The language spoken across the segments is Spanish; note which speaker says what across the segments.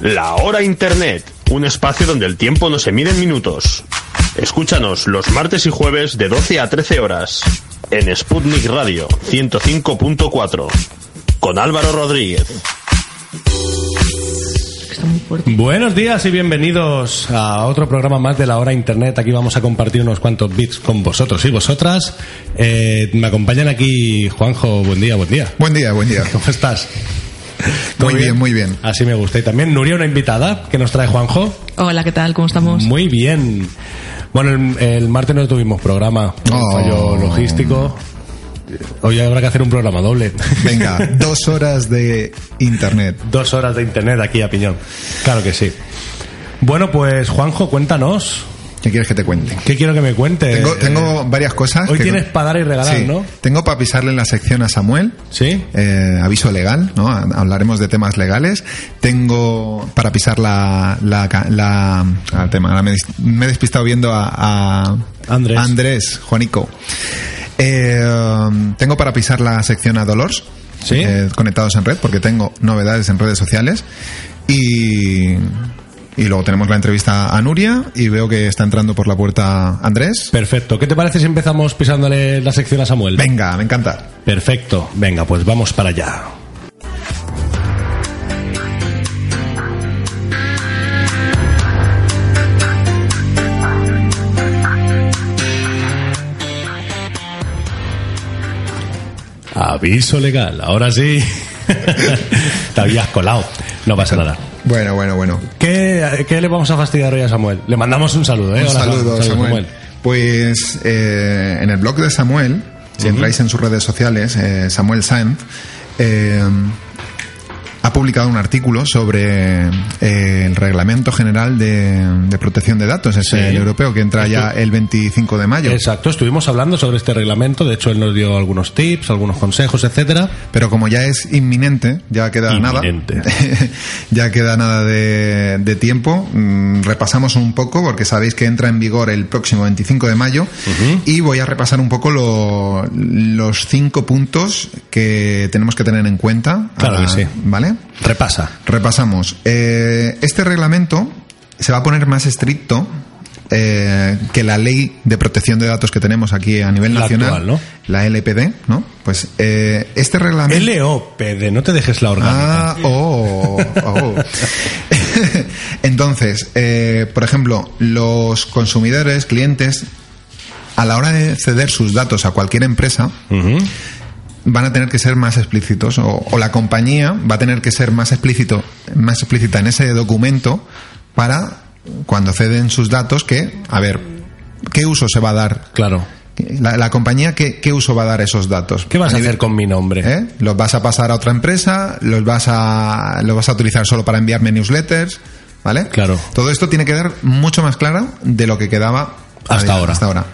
Speaker 1: La Hora Internet, un espacio donde el tiempo no se mide en minutos. Escúchanos los martes y jueves de 12 a 13 horas en Sputnik Radio 105.4 con Álvaro Rodríguez.
Speaker 2: Buenos días y bienvenidos a otro programa más de la hora internet. Aquí vamos a compartir unos cuantos bits con vosotros y vosotras. Eh, me acompañan aquí Juanjo. Buen día, buen día.
Speaker 3: Buen día, buen día.
Speaker 2: ¿Cómo estás?
Speaker 3: Muy bien? bien, muy bien.
Speaker 2: Así me gusta. Y también Nuria, una invitada que nos trae Juanjo.
Speaker 4: Hola, ¿qué tal? ¿Cómo estamos?
Speaker 2: Muy bien. Bueno, el, el martes no tuvimos programa. Oh. Fallo logístico. Hoy habrá que hacer un programa doble.
Speaker 3: Venga, dos horas de internet.
Speaker 2: dos horas de internet aquí a Piñón. Claro que sí. Bueno, pues Juanjo, cuéntanos.
Speaker 3: ¿Qué quieres que te cuente?
Speaker 2: ¿Qué quiero que me cuente?
Speaker 3: Tengo, tengo varias cosas.
Speaker 2: Eh, Hoy
Speaker 3: que
Speaker 2: tienes
Speaker 3: con...
Speaker 2: para dar y regalar,
Speaker 3: sí.
Speaker 2: ¿no?
Speaker 3: Tengo para pisarle en la sección a Samuel.
Speaker 2: Sí.
Speaker 3: Eh, aviso legal, ¿no? Hablaremos de temas legales. Tengo para pisar la. la, la al tema. Me, me, he despistado viendo a, a
Speaker 2: Andrés.
Speaker 3: Andrés, Juanico. Eh, tengo para pisar la sección a Dolores.
Speaker 2: ¿Sí?
Speaker 3: Eh, conectados en red, porque tengo novedades en redes sociales. Y. Y luego tenemos la entrevista a Nuria y veo que está entrando por la puerta Andrés.
Speaker 2: Perfecto. ¿Qué te parece si empezamos pisándole la sección a Samuel?
Speaker 3: Venga, me encanta.
Speaker 2: Perfecto. Venga, pues vamos para allá. Aviso legal, ahora sí. te habías colado. No pasa nada.
Speaker 3: Bueno, bueno, bueno.
Speaker 2: ¿Qué, ¿Qué, le vamos a fastidiar hoy a Samuel? Le mandamos un saludo, ¿eh?
Speaker 3: Un Hola, saludo, Samuel. Samuel. Pues eh, en el blog de Samuel, si uh -huh. entráis en sus redes sociales, eh, Samuel Sanz, eh, ha publicado un artículo sobre eh, el Reglamento General de, de Protección de Datos, es sí. el europeo que entra ya el 25 de mayo.
Speaker 2: Exacto, estuvimos hablando sobre este reglamento, de hecho él nos dio algunos tips, algunos consejos, etcétera.
Speaker 3: Pero como ya es inminente, ya queda
Speaker 2: inminente.
Speaker 3: nada, ya queda nada de, de tiempo, mm, repasamos un poco porque sabéis que entra en vigor el próximo 25 de mayo uh -huh. y voy a repasar un poco lo, los cinco puntos que tenemos que tener en cuenta. Ah,
Speaker 2: Claro que sí.
Speaker 3: ¿Vale?
Speaker 2: Repasa.
Speaker 3: Repasamos. Eh, este reglamento se va a poner más estricto eh, que la ley de protección de datos que tenemos aquí a nivel
Speaker 2: la
Speaker 3: nacional,
Speaker 2: actual, ¿no?
Speaker 3: la LPD, ¿no? Pues eh, este reglamento.
Speaker 2: LOPD, no te dejes la orgánica.
Speaker 3: Ah, oh, oh. Entonces, eh, por ejemplo, los consumidores, clientes, a la hora de ceder sus datos a cualquier empresa, uh -huh van a tener que ser más explícitos o, o, la compañía va a tener que ser más explícito, más explícita en ese documento para cuando ceden sus datos que, a ver, ¿qué uso se va a dar?
Speaker 2: Claro.
Speaker 3: La, la compañía, ¿qué, ¿qué, uso va a dar esos datos?
Speaker 2: ¿Qué vas a, a hacer con mi nombre?
Speaker 3: ¿Eh? ¿Los vas a pasar a otra empresa? ¿Los vas a, los vas a utilizar solo para enviarme newsletters? ¿Vale?
Speaker 2: Claro.
Speaker 3: Todo esto tiene que dar mucho más clara de lo que quedaba
Speaker 2: hasta ahora.
Speaker 3: Hasta ahora.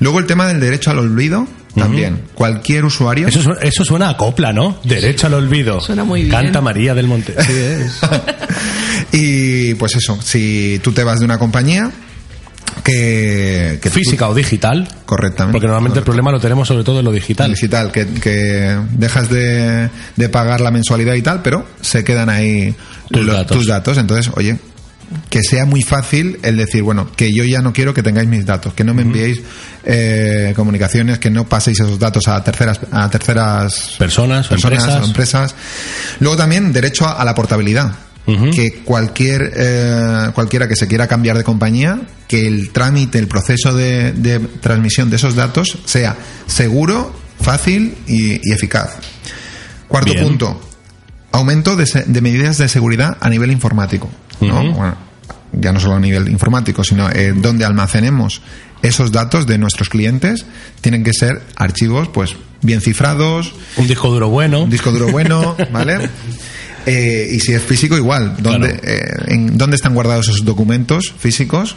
Speaker 3: Luego el tema del derecho al olvido, también. Uh -huh. Cualquier usuario.
Speaker 2: Eso, su eso, suena a copla, ¿no? Derecho al olvido.
Speaker 4: Suena muy bien.
Speaker 2: Canta María del Monte.
Speaker 3: Sí, eh. es. y pues eso, si tú te vas de una compañía. Que, que
Speaker 2: física tú... o digital
Speaker 3: correctamente
Speaker 2: porque normalmente
Speaker 3: correcto.
Speaker 2: el problema lo tenemos sobre todo en lo digital
Speaker 3: digital que, que dejas de, de, pagar la mensualidad y tal pero se quedan ahí
Speaker 2: tus,
Speaker 3: lo,
Speaker 2: datos.
Speaker 3: tus datos entonces oye que sea muy fácil el decir, bueno, que yo ya no quiero que tengáis mis datos, que no me enviéis eh, comunicaciones, que no paséis esos datos a terceras, a terceras
Speaker 2: personas,
Speaker 3: personas
Speaker 2: empresas.
Speaker 3: o empresas. Luego también derecho a, a la portabilidad. Uh -huh. que cualquier eh, cualquiera que se quiera cambiar de compañía que el trámite el proceso de, de transmisión de esos datos sea seguro fácil y, y eficaz cuarto Bien. punto aumento de, de medidas de seguridad a nivel informático ¿no? Uh -huh. bueno, ya no solo a nivel informático, sino eh, donde almacenemos esos datos de nuestros clientes, tienen que ser archivos, pues, bien cifrados.
Speaker 2: Un disco duro bueno.
Speaker 3: Un disco duro bueno, ¿vale? Eh, y si es físico, igual. ¿Dónde, claro. eh, en, ¿Dónde están guardados esos documentos físicos?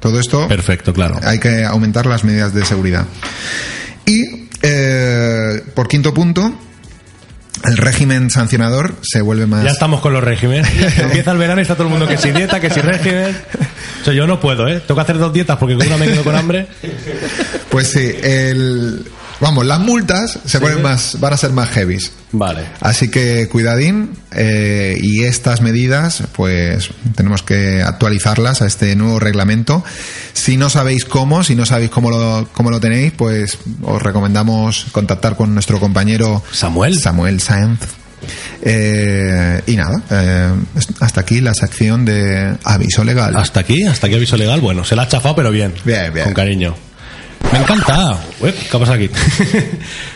Speaker 3: Todo esto.
Speaker 2: Perfecto, claro.
Speaker 3: Hay que aumentar las medidas de seguridad. Y, eh, por quinto punto, el régimen sancionador se vuelve más.
Speaker 2: Ya estamos con los regímenes. Empieza el verano y está todo el mundo que si dieta, que si régimen. O sea, yo no puedo, ¿eh? Tengo que hacer dos dietas porque con una me quedo con hambre.
Speaker 3: Pues sí, el, Vamos, las multas se ponen más, van a ser más heavies.
Speaker 2: Vale.
Speaker 3: Así que cuidadín eh, y estas medidas pues tenemos que actualizarlas a este nuevo reglamento. Si no sabéis cómo, si no sabéis cómo lo, cómo lo tenéis, pues os recomendamos contactar con nuestro compañero
Speaker 2: Samuel.
Speaker 3: Samuel Sáenz. Eh, y nada, eh, hasta aquí la sección de aviso legal.
Speaker 2: Hasta aquí, hasta aquí aviso legal. Bueno, se la ha chafado, pero bien.
Speaker 3: Bien, bien.
Speaker 2: Con cariño. Me encanta. Uep, ¿Qué ha pasado aquí?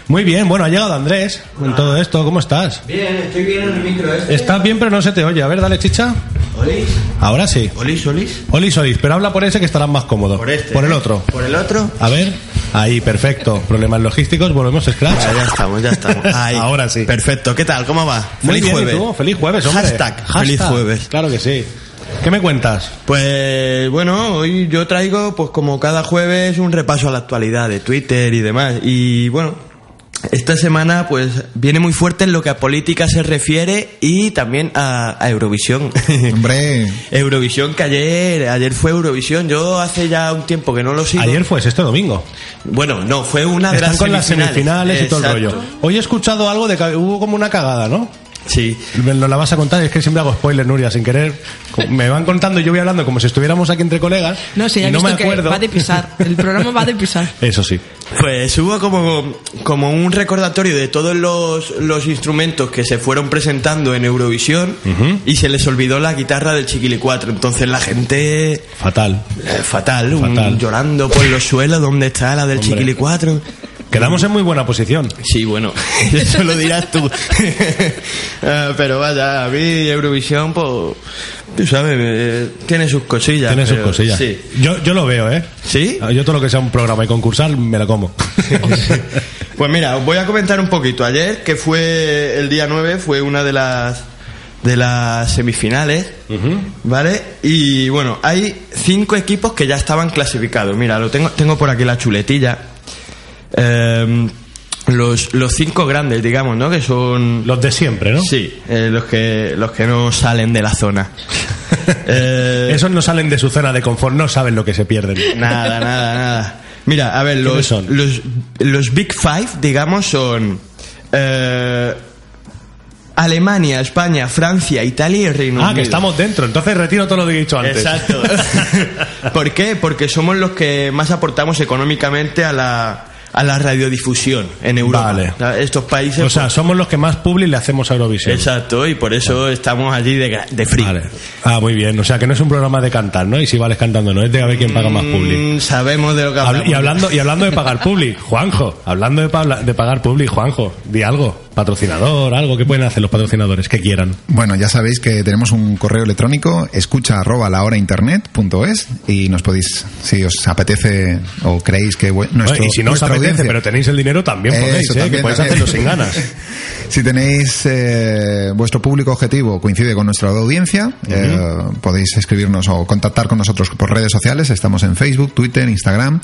Speaker 2: Muy bien, bueno, ha llegado Andrés en todo esto. ¿Cómo estás?
Speaker 4: Bien, estoy bien en el micro este.
Speaker 2: Estás bien, pero no se te oye. A ver, dale chicha.
Speaker 4: ¿Olís?
Speaker 2: Ahora sí.
Speaker 4: ¿Olís, olís?
Speaker 2: Oli Solís, pero habla por ese que estarás más cómodo.
Speaker 4: Por este.
Speaker 2: el
Speaker 4: ¿eh?
Speaker 2: otro.
Speaker 4: ¿Por el otro?
Speaker 2: A ver, ahí, perfecto. Problemas logísticos, volvemos a Scratch.
Speaker 4: Ah, ya estamos, ya estamos. Ahí.
Speaker 2: Ahora sí.
Speaker 4: Perfecto, ¿qué tal? ¿Cómo va?
Speaker 2: Muy bien,
Speaker 4: Feliz
Speaker 2: ¿y
Speaker 4: jueves.
Speaker 2: tú? Feliz jueves, hombre.
Speaker 4: Hashtag, feliz jueves.
Speaker 2: Claro que sí. ¿Qué me cuentas?
Speaker 4: Pues bueno, hoy yo traigo, pues como cada jueves, un repaso a la actualidad de Twitter y demás. Y bueno, esta semana pues viene muy fuerte en lo que a política se refiere y también a, a Eurovisión.
Speaker 3: Hombre,
Speaker 4: Eurovisión que ayer, ayer fue Eurovisión, yo hace ya un tiempo que no lo sigo.
Speaker 2: Ayer fue este domingo.
Speaker 4: Bueno, no, fue una Ah, de
Speaker 2: Están
Speaker 4: las
Speaker 2: con las semifinales y todo el
Speaker 4: Exacto.
Speaker 2: rollo. Hoy he escuchado algo de que hubo como una cagada, ¿no?
Speaker 4: Sí.
Speaker 2: Me lo la vas a contar, es que siempre hago spoiler, Nuria, sin querer. Me van contando y yo voy hablando como si estuviéramos aquí entre colegas.
Speaker 5: No, sí, ya
Speaker 2: y
Speaker 5: he
Speaker 2: no me
Speaker 5: visto que
Speaker 2: acuerdo.
Speaker 5: va de pisar. El programa va de pisar.
Speaker 2: Eso sí.
Speaker 4: Pues hubo como, como un recordatorio de todos los, los instrumentos que se fueron presentando en Eurovisión y se les olvidó la guitarra del Chiquili 4. Entonces la gente eh,
Speaker 2: Fatal.
Speaker 4: fatal, un-
Speaker 2: Fatal.
Speaker 4: llorando por los suelos, ¿dónde está la del
Speaker 2: Hombre.
Speaker 4: Chiquili 4?
Speaker 2: Quedamos en muy buena posición.
Speaker 4: Sí, bueno, eso lo dirás tú. Ah, Pero vaya, a mí Eurovisión, pues, tú sabes, eh, tiene sus cosillas.
Speaker 2: Tiene sus
Speaker 4: pero-
Speaker 2: cosillas.
Speaker 4: Sí.
Speaker 2: Yo, yo lo veo, ¿eh?
Speaker 4: ¿Sí?
Speaker 2: Yo todo lo que sea un programa y concursal me lo como.
Speaker 4: Pues mira, os voy a comentar un poquito. Ayer, que fue el día 9, fue una de las de las semifinales, ¿vale? Y bueno, hay cinco equipos que ya estaban clasificados. Mira, lo tengo tengo por aquí la chuletilla. Em, los, los cinco grandes, digamos, ¿no? Que son
Speaker 2: Los de siempre, ¿no?
Speaker 4: sí, eh, los que los que no salen de la zona. Eh,
Speaker 2: Esos no salen de su zona de confort, no saben lo que se pierden.
Speaker 4: Nada, nada, nada. Mira, a ver, los,
Speaker 2: ¿Quiénes son?
Speaker 4: los los Big Five, digamos, son eh, Alemania, España, Francia, Italia y Reino Unido.
Speaker 2: Ah, que estamos dentro, entonces retiro todo lo que he dicho antes.
Speaker 4: Exacto. ¿Por qué? Porque somos los que más aportamos económicamente a la, a la radiodifusión en Europa.
Speaker 2: Vale.
Speaker 4: Estos países. pues,
Speaker 2: O sea, somos los que más publi le hacemos a Eurovisión.
Speaker 4: Exacto, y por eso estamos allí de, gra- de free.
Speaker 2: Vale. Ah, muy bien. O sea, que no es un programa de cantar, ¿no? Y si vales cantando, no es de a ver quién paga más publi.
Speaker 4: Mm, sabemos de lo que
Speaker 2: Habl-
Speaker 4: hablamos.
Speaker 2: Y hablando, y hablando de pagar publi, Juanjo, hablando de, pabla- de pagar publi, Juanjo, di algo, patrocinador, algo que pueden hacer los patrocinadores que quieran.
Speaker 3: Bueno, ya sabéis que tenemos un correo electrónico, escucha arroba lahorainternet.es y nos podéis, si os apetece o creéis que bu- nuestro,
Speaker 2: Bueno, y si no os
Speaker 3: nuestra
Speaker 2: apetece,
Speaker 3: audiencia-
Speaker 2: pero tenéis el dinero, también
Speaker 3: Eso,
Speaker 2: podéis, ¿eh? que
Speaker 3: también,
Speaker 2: podéis
Speaker 3: también.
Speaker 2: hacerlo sin ganas.
Speaker 3: Si tenéis eh, vuestro público objetivo coincide con nuestra audiencia, eh, podéis escribirnos o contactar con nosotros por redes sociales. Estamos en Facebook, Twitter, Instagram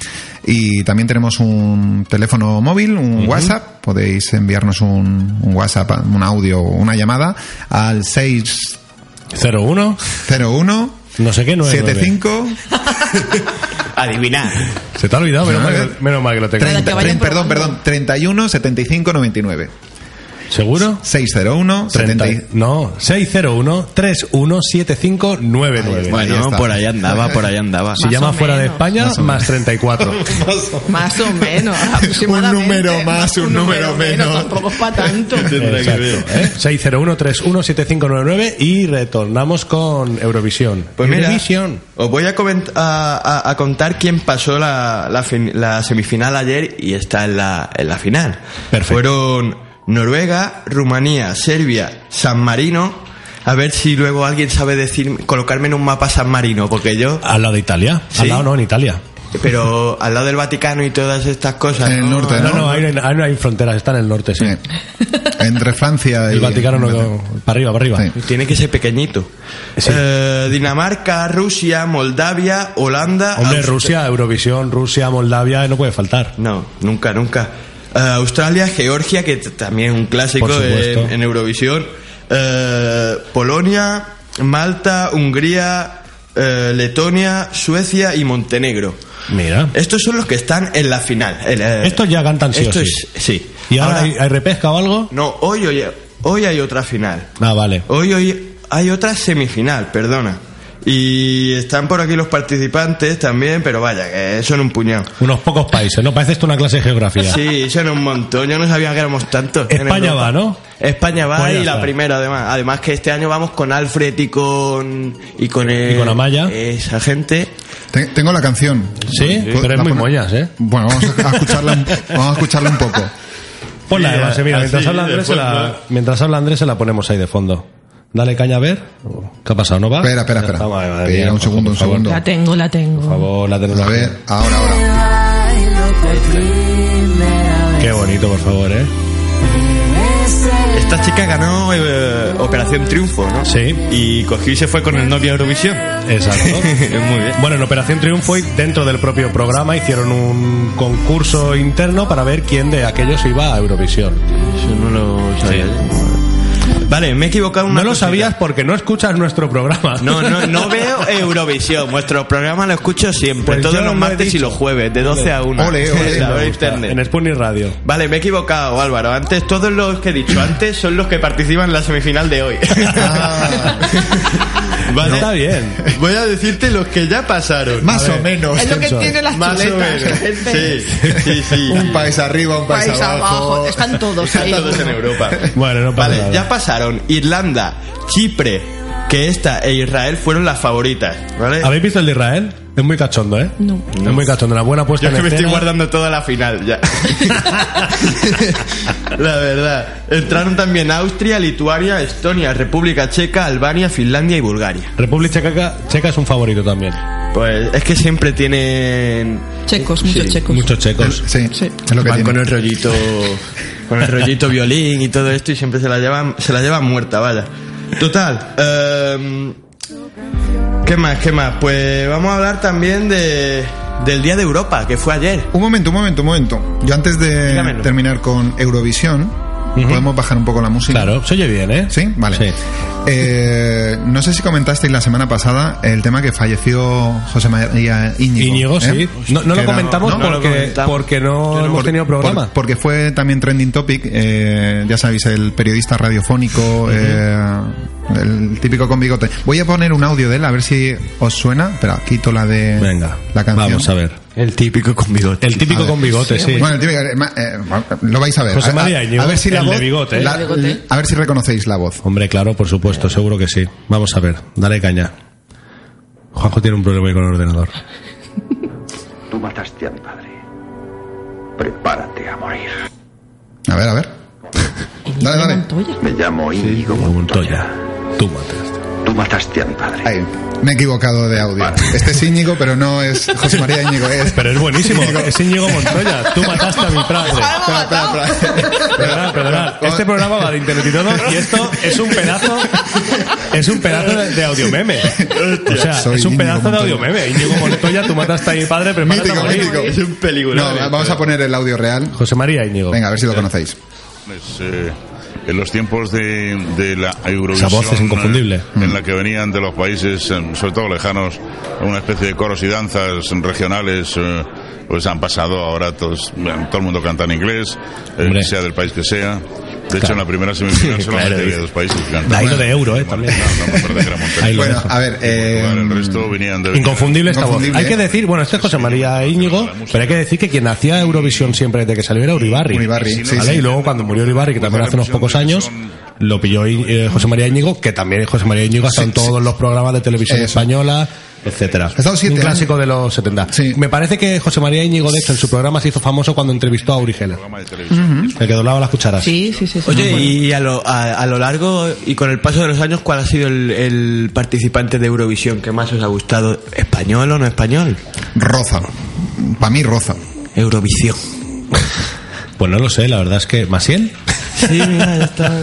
Speaker 3: y también tenemos un teléfono móvil, un WhatsApp. Podéis enviarnos un, un WhatsApp, un audio, o una llamada al 601
Speaker 2: 01, no sé qué, 99.
Speaker 3: 75
Speaker 4: Adivinar.
Speaker 2: Se te ha olvidado, menos mal, que- menos mal que lo tengo.
Speaker 5: Treinta. que vayan
Speaker 3: perdón, perdón,
Speaker 5: probando.
Speaker 3: 31 75 99
Speaker 2: ¿Seguro?
Speaker 3: 601
Speaker 2: 30,
Speaker 3: 70
Speaker 2: no, 601 317599.
Speaker 3: Ahí
Speaker 4: Bueno,
Speaker 3: está.
Speaker 4: por ahí andaba, por ahí andaba.
Speaker 2: Si
Speaker 5: Más
Speaker 2: llama
Speaker 5: o
Speaker 2: fuera de
Speaker 5: menos.
Speaker 2: España, más, 34.
Speaker 5: Más o menos, aproximadamente.
Speaker 3: Un número más, un número menos.
Speaker 5: Tampoco es para tanto.
Speaker 2: Exacto, ¿eh? 601-317599 y retornamos con Eurovisión.
Speaker 4: Pues mira,
Speaker 2: Eurovisión.
Speaker 4: os voy a, coment- a, a- a contar quién pasó la, la fin- la semifinal ayer y está en la, en la final.
Speaker 2: Perfecto.
Speaker 4: Fueron Noruega, Rumanía, Serbia, San Marino. A ver si luego alguien sabe decir, colocarme en un mapa San Marino, porque yo,
Speaker 2: Al lado de Italia.
Speaker 4: ¿Sí?
Speaker 2: Al lado no, en Italia.
Speaker 4: pero al lado del Vaticano y todas estas cosas.
Speaker 3: En el
Speaker 4: Pues ¿no?
Speaker 3: norte,
Speaker 2: No, no,
Speaker 3: no,
Speaker 2: ahí no hay, ahí no hay fronteras, está en el norte, sí.
Speaker 3: Eh, Entre Francia y
Speaker 2: El Vaticano no, para arriba, para arriba.
Speaker 3: Sí.
Speaker 4: Tiene que ser pequeñito.
Speaker 2: Sí.
Speaker 4: Eh, Dinamarca, Rusia, Moldavia, Holanda.
Speaker 2: Hombre,
Speaker 4: Aust-
Speaker 2: Rusia, Eurovisión, Rusia, Moldavia, no puede faltar.
Speaker 4: No, nunca, nunca. Eh, Australia, Georgia, que t- también es un clásico
Speaker 2: Por supuesto.
Speaker 4: en, en Eurovisión. Eh, Polonia, Malta, Hungría, eh, Letonia, Suecia y Montenegro.
Speaker 2: Mira.
Speaker 4: Estos son los que están en la final. El, eh,
Speaker 2: Estos ya cantan sí o
Speaker 4: esto
Speaker 2: sí.
Speaker 4: es- sí.
Speaker 2: ¿Y ahora, hay, hay repesca o algo?
Speaker 4: No, hoy, hoy, hoy hay otra final.
Speaker 2: Ah, vale.
Speaker 4: Hoy, hoy hay otra semifinal, perdona. Y están por aquí los participantes también, pero vaya, que son un puñado.
Speaker 2: Unos pocos países, ¿no? Parece esto una clase de geografía.
Speaker 4: Sí, son un montón. Yo no sabía que éramos tantos. en
Speaker 2: España
Speaker 4: Europa.
Speaker 2: va, ¿no?
Speaker 4: España va
Speaker 2: Pues ya
Speaker 4: y la
Speaker 2: está.
Speaker 4: primera, además. Además que este año vamos con Alfred y con... Y con, el-
Speaker 2: Y con Amaya.
Speaker 4: Esa gente.
Speaker 3: Te- Tengo la canción.
Speaker 2: Sí,
Speaker 3: ¿Puedo-
Speaker 2: pero es
Speaker 3: la
Speaker 2: muy
Speaker 3: pone-
Speaker 2: mollas, ¿eh?
Speaker 3: Bueno, vamos a escucharla, un- vamos a escucharla un poco.
Speaker 2: Ponla,
Speaker 1: Sí,
Speaker 2: de base, mira,
Speaker 1: así,
Speaker 2: mientras habla, Andrés, se
Speaker 1: después,
Speaker 2: la,
Speaker 1: ¿no?
Speaker 2: mientras habla Andrés se la ponemos ahí de fondo. Dale caña a ver. ¿Qué ha pasado? ¿No va?
Speaker 3: Espera, espera,
Speaker 2: Ya
Speaker 3: espera.
Speaker 2: está, madre, madre
Speaker 3: Espera
Speaker 2: mía,
Speaker 3: un
Speaker 2: Juanjo,
Speaker 3: segundo,
Speaker 2: por
Speaker 3: un
Speaker 2: favor.
Speaker 3: segundo.
Speaker 5: La tengo, la tengo.
Speaker 2: Por favor, la
Speaker 3: A
Speaker 2: tecnología.
Speaker 3: ver, ahora, ahora.
Speaker 2: Qué bonito, por favor, ¿eh?
Speaker 4: Esta chica ganó eh, Operación Triunfo, ¿no?
Speaker 2: Sí.
Speaker 4: Y cogió y se fue con el novio a Eurovisión.
Speaker 2: Exacto.
Speaker 4: Muy bien.
Speaker 2: Bueno, en Operación Triunfo y dentro del propio programa hicieron un concurso interno para ver quién de aquellos iba a Eurovisión.
Speaker 4: Eso no lo sabía. Vale, me he equivocado una
Speaker 2: No lo
Speaker 4: cosita.
Speaker 2: sabías porque no escuchas nuestro programa.
Speaker 4: No, no, no veo Eurovisión. Vuestro programa lo escucho siempre,
Speaker 2: Pues yo
Speaker 4: todos los
Speaker 2: lo he
Speaker 4: martes y
Speaker 2: dicho.
Speaker 4: los jueves, de 12 a 1.
Speaker 3: Ole, ole.
Speaker 4: La
Speaker 3: Me
Speaker 4: web
Speaker 2: Está
Speaker 4: internet.
Speaker 2: En Sputnik Radio.
Speaker 4: Vale, me he equivocado, Álvaro. Antes, todos los que he dicho antes son los que participan en la semifinal de hoy. Vale.
Speaker 2: Ah. Está bien.
Speaker 4: Voy a decirte los que ya pasaron.
Speaker 3: Más o menos.
Speaker 5: Es lo que
Speaker 2: Eso.
Speaker 5: tiene las
Speaker 4: Más o
Speaker 5: chuletas.
Speaker 4: menos. Sí, sí, sí.
Speaker 3: Un país arriba, un país,
Speaker 5: País abajo. Están todos ahí.
Speaker 4: Todos en Europa.
Speaker 2: Bueno, no pasa
Speaker 4: Vale,
Speaker 2: nada.
Speaker 4: ya pasaron Irlanda, Chipre, que esta e Israel fueron las favoritas, ¿vale?
Speaker 2: ¿Habéis visto el de Israel? Es muy cachondo, ¿eh?
Speaker 5: No.
Speaker 2: Es muy cachondo. Una buena puesta
Speaker 4: Yo es
Speaker 2: en
Speaker 4: que me estoy
Speaker 2: escena.
Speaker 4: guardando toda la final ya. la verdad. Entraron también Austria, Lituania, Estonia, República Checa, Albania, Finlandia y Bulgaria.
Speaker 2: República Checa, Checa es un favorito también.
Speaker 4: Pues es que siempre tienen...
Speaker 5: Checos, muchos
Speaker 4: Sí.
Speaker 5: checos.
Speaker 2: Muchos checos.
Speaker 3: Sí,
Speaker 5: Sí.
Speaker 3: es lo que
Speaker 4: Van
Speaker 3: tiene.
Speaker 4: con el rollito... Con el rollito violín y todo esto y siempre se la llevan, se la llevan muerta, vaya. Total. em, ¿Qué más? ¿Qué más? Pues vamos a hablar también de, del Día de Europa, que fue ayer.
Speaker 3: Un momento, un momento, un momento. Yo antes de
Speaker 4: Dígamelo.
Speaker 3: terminar con Eurovisión, podemos bajar un poco la música.
Speaker 2: Claro, se oye bien, ¿eh?
Speaker 3: Sí, vale. Eh, no sé si comentasteis la semana pasada el tema que falleció José María Íñigo.
Speaker 2: Íñigo,
Speaker 3: ¿eh?
Speaker 2: sí. No, no
Speaker 3: Que
Speaker 2: lo
Speaker 3: era-
Speaker 2: comentamos
Speaker 3: ¿no?
Speaker 4: No lo
Speaker 2: porque
Speaker 4: comentamos.
Speaker 2: porque no hemos
Speaker 3: Por-
Speaker 2: tenido
Speaker 3: por-
Speaker 2: programa.
Speaker 3: porque fue también trending topic, eh, ya sabéis, el periodista radiofónico, eh, el típico con bigote. Voy a poner un audio de él, a ver si os suena. Espera, quito la de
Speaker 2: Venga,
Speaker 3: la canción.
Speaker 2: vamos a ver.
Speaker 4: El típico con bigote.
Speaker 2: El típico con bigote, sí.
Speaker 3: Bueno, el típico, eh, ma- eh, lo vais a ver.
Speaker 2: José
Speaker 3: A- a-
Speaker 2: María Íñigo,
Speaker 3: a, ver si la
Speaker 2: el de
Speaker 3: voz-
Speaker 2: bigote, ¿eh?
Speaker 3: la-
Speaker 5: El de bigote.
Speaker 3: a ver si reconocéis la voz.
Speaker 2: Hombre, claro, por supuesto, seguro que sí. Vamos a ver, dale caña. Juanjo tiene un problema ahí con el ordenador.
Speaker 6: Tú mataste a mi padre. Prepárate a morir.
Speaker 3: A ver, a ver. Dale, dale.
Speaker 5: Montoya.
Speaker 6: Me llamo Íñigo
Speaker 2: Montoya, tú mataste.
Speaker 6: Tú mataste a mi padre.
Speaker 3: Ahí, me he equivocado de audio. Este es Íñigo, pero no es José María Íñigo. Es...
Speaker 2: Pero es buenísimo, es Íñigo Montoya, tú mataste a mi padre.
Speaker 3: Espera, espera, espera.
Speaker 2: Perdonad, perdonad. Este programa va de internet y todo, y esto es un pedazo, es un pedazo de, de audiomeme. O sea,
Speaker 3: Soy
Speaker 2: es un
Speaker 3: Íñigo
Speaker 2: pedazo de
Speaker 3: Montoya.
Speaker 2: audiomeme. Íñigo Montoya, tú mataste a mi padre, prepárate
Speaker 3: Mítico,
Speaker 2: a morir.
Speaker 3: mítico.
Speaker 4: Es un este. peligro.
Speaker 3: No, vamos a poner el audio real.
Speaker 2: José María Íñigo.
Speaker 3: Venga, a ver si lo conocéis.
Speaker 7: Eh, en los tiempos de, de la Eurovisión.
Speaker 2: Esa voz es inconfundible.
Speaker 7: eh, En la que venían de los países, eh, sobre todo lejanos, una especie de coros y danzas regionales. eh, Pues han pasado ahora todos, bueno, todo el mundo canta en inglés, eh,
Speaker 2: Hombre.
Speaker 7: sea del país que sea. De hecho, en la primera semifinal solamente
Speaker 2: Claro.
Speaker 7: había dos países que cantaban.
Speaker 2: De ahí lo de euro, eh, también. Em,
Speaker 7: No, no, me parece que era Montenegro.
Speaker 2: Ahí lo
Speaker 3: Bueno,
Speaker 2: dejo.
Speaker 3: a ver. eh,
Speaker 7: Portugal, el resto venían de.
Speaker 2: Inconfundible esta voz.
Speaker 3: Inconfundible,
Speaker 2: Hay
Speaker 3: ¿eh?
Speaker 2: que decir, bueno, este es José María Íñigo, pero hay que decir que quien hacía Eurovisión siempre desde que salió era Uribarri.
Speaker 3: Uribarri, sí,
Speaker 2: ¿Vale?
Speaker 3: sí.
Speaker 2: Y luego cuando murió Uribarri, que también hace unos pocos años, lo pilló eh, José María Íñigo, que también José María Íñigo ha estado en todos los programas de televisión
Speaker 3: Eso.
Speaker 2: española, etcétera.
Speaker 3: estado siete
Speaker 2: Un
Speaker 3: años.
Speaker 2: clásico de los 70.
Speaker 3: Sí.
Speaker 2: Me parece que José María Íñigo, de hecho, en su programa se hizo famoso cuando entrevistó a Uri Geller,
Speaker 7: Programa de televisión.
Speaker 2: el que doblaba las cucharas.
Speaker 5: Sí, sí, sí. sí, me
Speaker 4: Oye,
Speaker 5: acuerdo.
Speaker 4: y a lo, a, a lo largo y con el paso de los años, ¿cuál ha sido el, el participante de Eurovisión que más os ha gustado? ¿Español o no español?
Speaker 3: Roza. Para mí, Roza.
Speaker 4: Eurovisión.
Speaker 2: Pues no lo sé, la verdad es que. ¿Masiel?
Speaker 4: Sí, mira, ya está.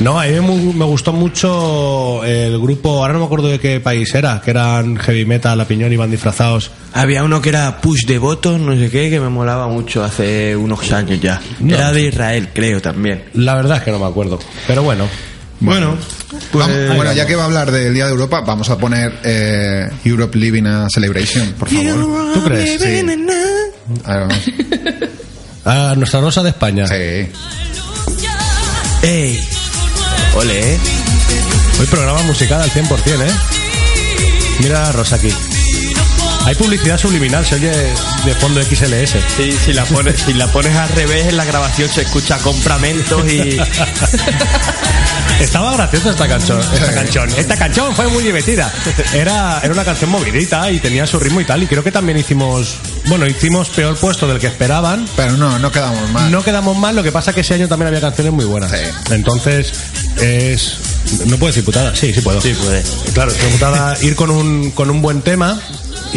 Speaker 2: No, a mí mu- me gustó mucho el grupo, ahora no me acuerdo de qué país era, que eran heavy metal, la piñón, iban disfrazados.
Speaker 4: Había uno que era push de botón, no sé qué, que me molaba mucho hace unos años ya.
Speaker 2: No.
Speaker 4: Era de Israel, creo, también.
Speaker 2: La verdad es que no me acuerdo, pero bueno.
Speaker 4: Bueno, pues,
Speaker 3: Vamos- bueno, ya que va a hablar del Día de Europa, vamos a poner eh, Europe Living a Celebration, por favor.
Speaker 2: ¿Tú crees?
Speaker 3: Sí. Ah, Ahí vamos.
Speaker 2: A nuestra Rosa de España.
Speaker 3: Sí.
Speaker 4: ¡Ey! ¡Ole! eh.
Speaker 2: Hoy programa musical al 100%, ¿eh? Mira a Rosa aquí. Hay publicidad subliminal, se oye de fondo XLS.
Speaker 4: Sí, si la pones, si la pones al revés en la grabación se escucha compramentos y
Speaker 2: Estaba graciosa esta canción, esta canción. Esta canción fue muy divertida. Era, era una canción movidita y tenía su ritmo y tal. Y creo que también hicimos, bueno, hicimos peor puesto del que esperaban.
Speaker 3: Pero no, no quedamos mal.
Speaker 2: No quedamos mal, lo que pasa que ese año también había canciones muy buenas.
Speaker 3: Sí.
Speaker 2: Entonces, es. No puedo decir putada, sí, sí puedo.
Speaker 4: Sí, puede.
Speaker 2: Claro, es una putada ir con un, con un buen tema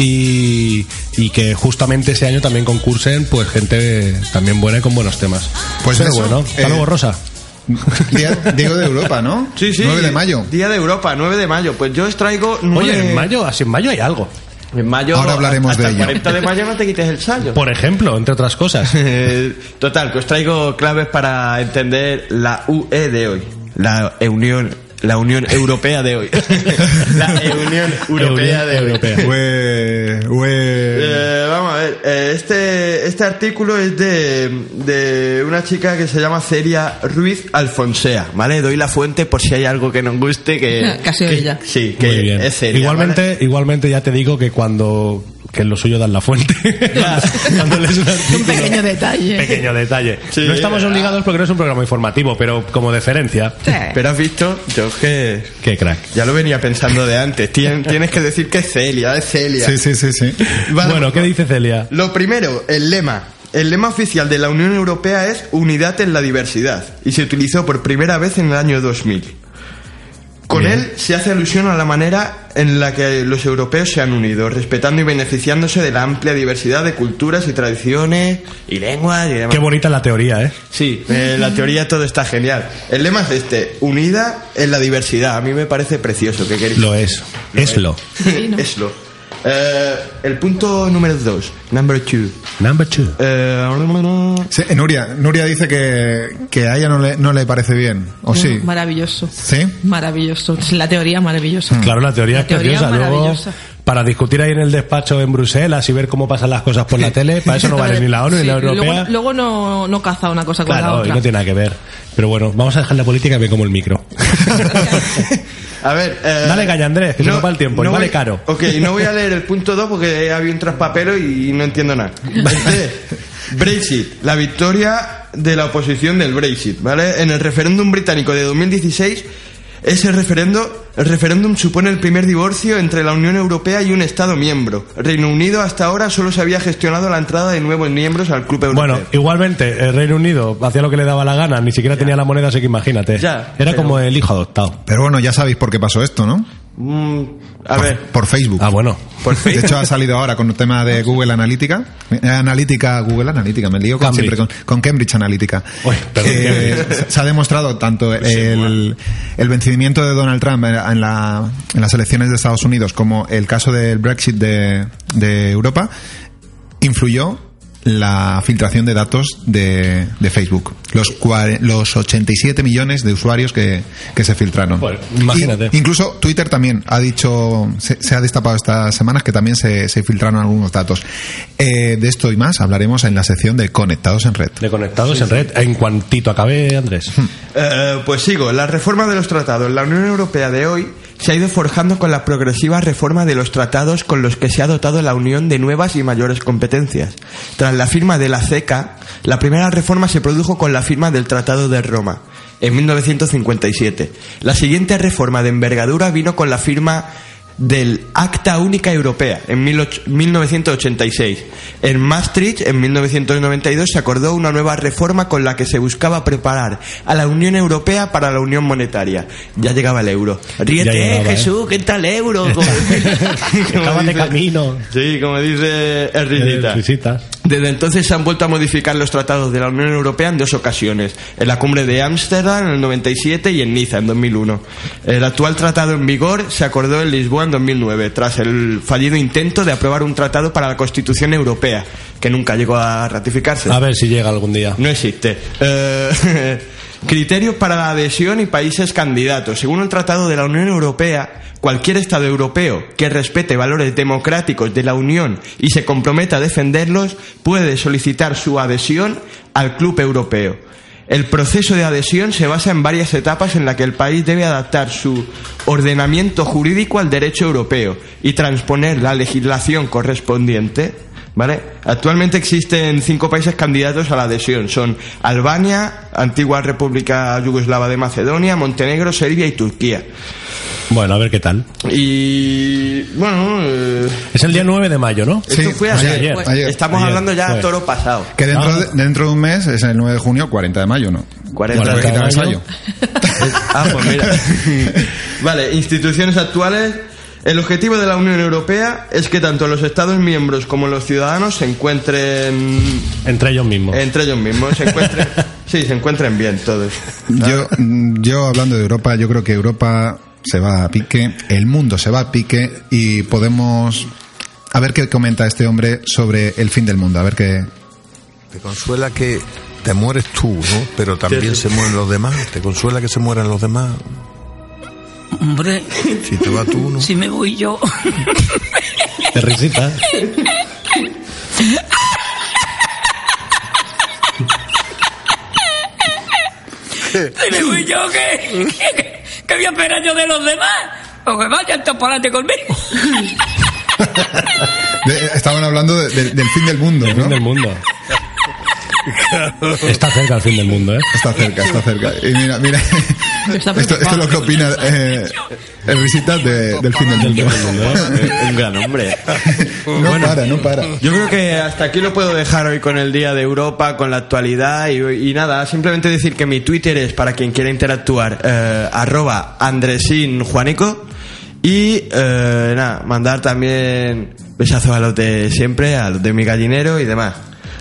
Speaker 2: y, y que justamente ese año también concursen pues gente también buena y con buenos temas.
Speaker 3: Pues
Speaker 2: Pero
Speaker 3: eso,
Speaker 2: bueno, hasta
Speaker 3: eh,
Speaker 2: luego, Rosa.
Speaker 3: Día, Diego de Europa, ¿no? 9 de mayo.
Speaker 4: Día de Europa, 9 de mayo. Pues yo os traigo nueve-
Speaker 2: Oye, en mayo, así en mayo hay algo.
Speaker 4: En mayo
Speaker 3: Ahora hablaremos
Speaker 4: hasta
Speaker 3: de
Speaker 4: el
Speaker 3: ello.
Speaker 4: 40 de mayo no te quites el sallo.
Speaker 2: Por ejemplo, entre otras cosas.
Speaker 4: Eh, Total, que os traigo claves para entender la UE de hoy, la Unión, la Unión Europea de hoy, la Unión Europea de hoy.
Speaker 2: Europea.
Speaker 3: Ue, ue.
Speaker 4: Eh, vamos a ver, eh, este, este artículo es de, de una chica que se llama Celia Ruiz Alfonsea, ¿vale? Doy la fuente por si hay algo que nos guste que...
Speaker 5: Casi
Speaker 4: que-
Speaker 5: ella.
Speaker 2: Muy
Speaker 4: Sí, que
Speaker 2: bien.
Speaker 4: es Celia.
Speaker 2: igualmente,
Speaker 4: ¿vale?
Speaker 2: igualmente ya te digo que cuando que en lo suyo dan la fuente.
Speaker 4: Ya.
Speaker 2: Cuando lees un artículo.
Speaker 5: Un pequeño detalle.
Speaker 2: Pequeño detalle.
Speaker 4: Sí,
Speaker 2: no estamos
Speaker 4: ¿verdad?
Speaker 2: obligados porque no es un programa informativo, pero como deferencia.
Speaker 5: Sí.
Speaker 4: Pero has visto, yo es que
Speaker 2: Qué crack.
Speaker 4: ya lo venía pensando de antes. Tien- tienes que decir que es Celia, es Celia.
Speaker 3: Sí, sí, sí, sí.
Speaker 4: Vale,
Speaker 2: bueno, ¿qué
Speaker 4: pues,
Speaker 2: dice Celia?
Speaker 4: Lo primero, el lema. El lema oficial de la Unión Europea es Unidad en la diversidad y se utilizó por primera vez en el año 2000. Con él se hace alusión a la manera en la que los europeos se han unido, respetando y beneficiándose de la amplia diversidad de culturas y tradiciones y lenguas y demás.
Speaker 2: Qué bonita la teoría, ¿eh?
Speaker 4: Sí, eh, la teoría todo está genial. El lema es este, unida en la diversidad. A mí me parece precioso. ¿Qué queréis?
Speaker 2: Lo es. es lo.
Speaker 4: es lo. Eh, el punto número 2, number 2.
Speaker 2: Number two.
Speaker 4: Eh,
Speaker 3: Sí, Nuria, Nuria dice que, que a ella no le, no le parece bien. ¿O sí?
Speaker 5: Mm, Maravilloso.
Speaker 3: ¿Sí?
Speaker 5: Maravilloso. La teoría
Speaker 4: Mm.
Speaker 5: maravillosa.
Speaker 2: Mm. Claro, la teoría
Speaker 5: La
Speaker 2: es
Speaker 5: teoría
Speaker 2: preciosa. Luego,
Speaker 5: maravillosa.
Speaker 2: para discutir ahí en el despacho en Bruselas y ver cómo pasan las cosas por la tele, para eso no vale ni la ONU ni
Speaker 5: Sí,
Speaker 2: la Europea.
Speaker 5: Luego, luego no, no caza una cosa con la
Speaker 2: claro, y
Speaker 5: otra.
Speaker 2: no tiene nada que ver. Pero bueno, vamos a dejar la política que como el micro.
Speaker 4: a ver. eh,
Speaker 2: Dale caña, Andrés, que se nos va el tiempo, y vale
Speaker 4: voy-
Speaker 2: caro.
Speaker 4: Ok, no voy a leer el punto 2 porque había un traspapero y no entiendo nada. El tres, Brexit, la victoria de la oposición del Brexit, ¿vale? En el referéndum británico de 2016, ese referéndum, el referéndum supone el primer divorcio entre la Unión Europea y un Estado miembro. Reino Unido hasta ahora solo se había gestionado la entrada de nuevos miembros al Club Europeo.
Speaker 2: Bueno, igualmente, el Reino Unido hacía lo que le daba la gana, ni siquiera tenía la moneda, así que imagínate.
Speaker 4: Ya,
Speaker 2: Era
Speaker 4: pero-
Speaker 2: como el hijo adoptado.
Speaker 3: Pero bueno, ya sabéis por qué pasó esto, ¿no?
Speaker 4: Mm, a
Speaker 3: por,
Speaker 4: ver.
Speaker 3: Por Facebook.
Speaker 2: Ah, bueno.
Speaker 3: De hecho, ha salido ahora con un tema
Speaker 2: Ah,
Speaker 3: de Google Analytica. Eh, Analítica, Google Analytica, me lío con,
Speaker 2: Cambridge.
Speaker 3: siempre con, con Cambridge Analytica.
Speaker 2: Uy, perdón, Pues
Speaker 3: Eh, se ha demostrado tanto el, el vencimiento de Donald Trump en la- en, la- en las elecciones de Estados Unidos como el caso del Brexit de, de Europa influyó la filtración de datos de, de Facebook. Los, cua- los 87 millones de usuarios que, que se filtraron.
Speaker 2: Pues, imagínate.
Speaker 3: Y- incluso Twitter también ha dicho, se, se ha destapado estas semanas que también se, se filtraron algunos datos. Eh, de esto y más hablaremos en la sección de Conectados en Red.
Speaker 2: De conectados en red, en cuantito acabe, Andrés.
Speaker 4: Eh, pues sigo, la reforma de los tratados. La Unión Europea de hoy se ha ido forjando con la progresiva reforma de los tratados con los que se ha dotado la Unión de nuevas y mayores competencias. Tras la firma de la CECA, la primera reforma se produjo con la firma del Tratado de Roma, en 1957. La siguiente reforma de envergadura vino con la firma del Acta Única Europea en 18- 1986. En Maastricht, en 1992, se acordó una nueva reforma con la que se buscaba preparar a la Unión Europea para la Unión Monetaria. Ya llegaba el euro. Ríete,
Speaker 2: llegaba, ¿eh?
Speaker 4: Jesús, ¿qué tal euro? Como- como
Speaker 2: Estaba de
Speaker 4: dice-
Speaker 2: camino.
Speaker 4: Sí, como dice el Risita.
Speaker 2: Eh, Visitas.
Speaker 4: Desde entonces se han vuelto a modificar los tratados de la Unión Europea en dos ocasiones, en la cumbre de Ámsterdam en el 97 y en Niza en 2001. El actual tratado en vigor se acordó en Lisboa en 2009, tras el fallido intento de aprobar un tratado para la Constitución Europea, que nunca llegó a ratificarse.
Speaker 2: A ver si llega algún día.
Speaker 4: No existe. Eh, Criterios para la adhesión y países candidatos. Según un tratado de la Unión Europea, cualquier Estado europeo que respete valores democráticos de la Unión y se comprometa a defenderlos puede solicitar su adhesión al Club Europeo. El proceso de adhesión se basa en varias etapas en las que el país debe adaptar su ordenamiento jurídico al derecho europeo y transponer la legislación correspondiente. ¿Vale? Actualmente existen cinco países candidatos a la adhesión. Son Albania, antigua República Yugoslava de Macedonia, Montenegro, Serbia y Turquía.
Speaker 2: Bueno, a ver qué tal.
Speaker 4: Y bueno, eh,
Speaker 2: Es el día 9 de mayo, ¿no?
Speaker 4: esto
Speaker 3: Sí,
Speaker 4: fue
Speaker 3: ayer,
Speaker 4: ayer.
Speaker 3: ayer, ayer.
Speaker 4: Estamos
Speaker 2: Ayer,
Speaker 4: hablando ya
Speaker 2: fue.
Speaker 4: a toro pasado.
Speaker 3: Que dentro, de, dentro de un mes es el 9 de junio, 40 de mayo, ¿no?
Speaker 4: 40
Speaker 2: Bueno,
Speaker 3: Porque
Speaker 2: de
Speaker 3: quitan el
Speaker 2: mayo.
Speaker 3: ensayo.
Speaker 4: Ah, pues mira. Vale, instituciones actuales. El objetivo de la Unión Europea es que tanto los Estados miembros como los ciudadanos se encuentren
Speaker 2: Entre ellos mismos.
Speaker 4: entre ellos mismos, se encuentren, sí, se encuentren bien todos.
Speaker 3: Yo, mm, yo hablando de Europa, yo creo que Europa se va a pique, el mundo se va a pique y podemos a ver qué comenta este hombre sobre el fin del mundo, a ver qué
Speaker 8: Te consuela que te mueres tú, ¿no? Pero también se mueren los demás. Te consuela que se mueran los demás.
Speaker 9: Hombre,
Speaker 8: Si te vas tú, ¿no?
Speaker 9: si me voy yo.
Speaker 2: Te risita.
Speaker 9: Si me voy yo, ¿qué? ¿Qué, qué voy a esperar yo de los demás? O que vayan todos para adelante conmigo.
Speaker 3: De- estaban hablando de- de- del fin del mundo,
Speaker 2: Fin del
Speaker 3: ¿no?
Speaker 2: mundo. Está cerca el fin del mundo, ¿eh?
Speaker 3: Está cerca, está cerca. Y mira, mira, esto,
Speaker 5: Está
Speaker 3: esto es lo que opina eh, el visita de- del fin del
Speaker 2: Del fin
Speaker 3: mundo.
Speaker 2: del mundo, ¿eh?
Speaker 4: Un gran hombre.
Speaker 3: No para, no para.
Speaker 2: Pues
Speaker 4: Yo creo que hasta aquí lo puedo dejar hoy con el Día de Europa, con la actualidad y, y nada, simplemente decir que mi Twitter es para quien quiera interactuar, eh, arroba andresinjuanico y eh, nada, mandar también besazos a los de siempre, a los de mi gallinero y demás.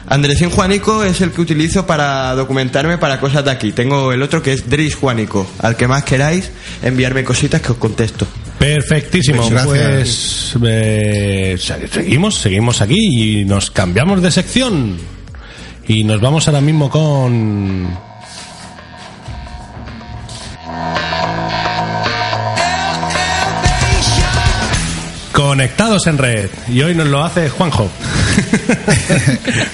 Speaker 4: Andresín Juanico es el que utilizo para documentarme para cosas de aquí. Tengo el otro que es Dris Juanico. Al que más queráis, enviarme cositas que os contesto.
Speaker 2: Perfectísimo.
Speaker 3: Pues
Speaker 2: Pues,
Speaker 3: gracias.
Speaker 2: eh, se- seguimos, seguimos aquí y nos cambiamos de sección. Y nos vamos ahora mismo con. Conectados en red. Y hoy nos lo hace Juanjo.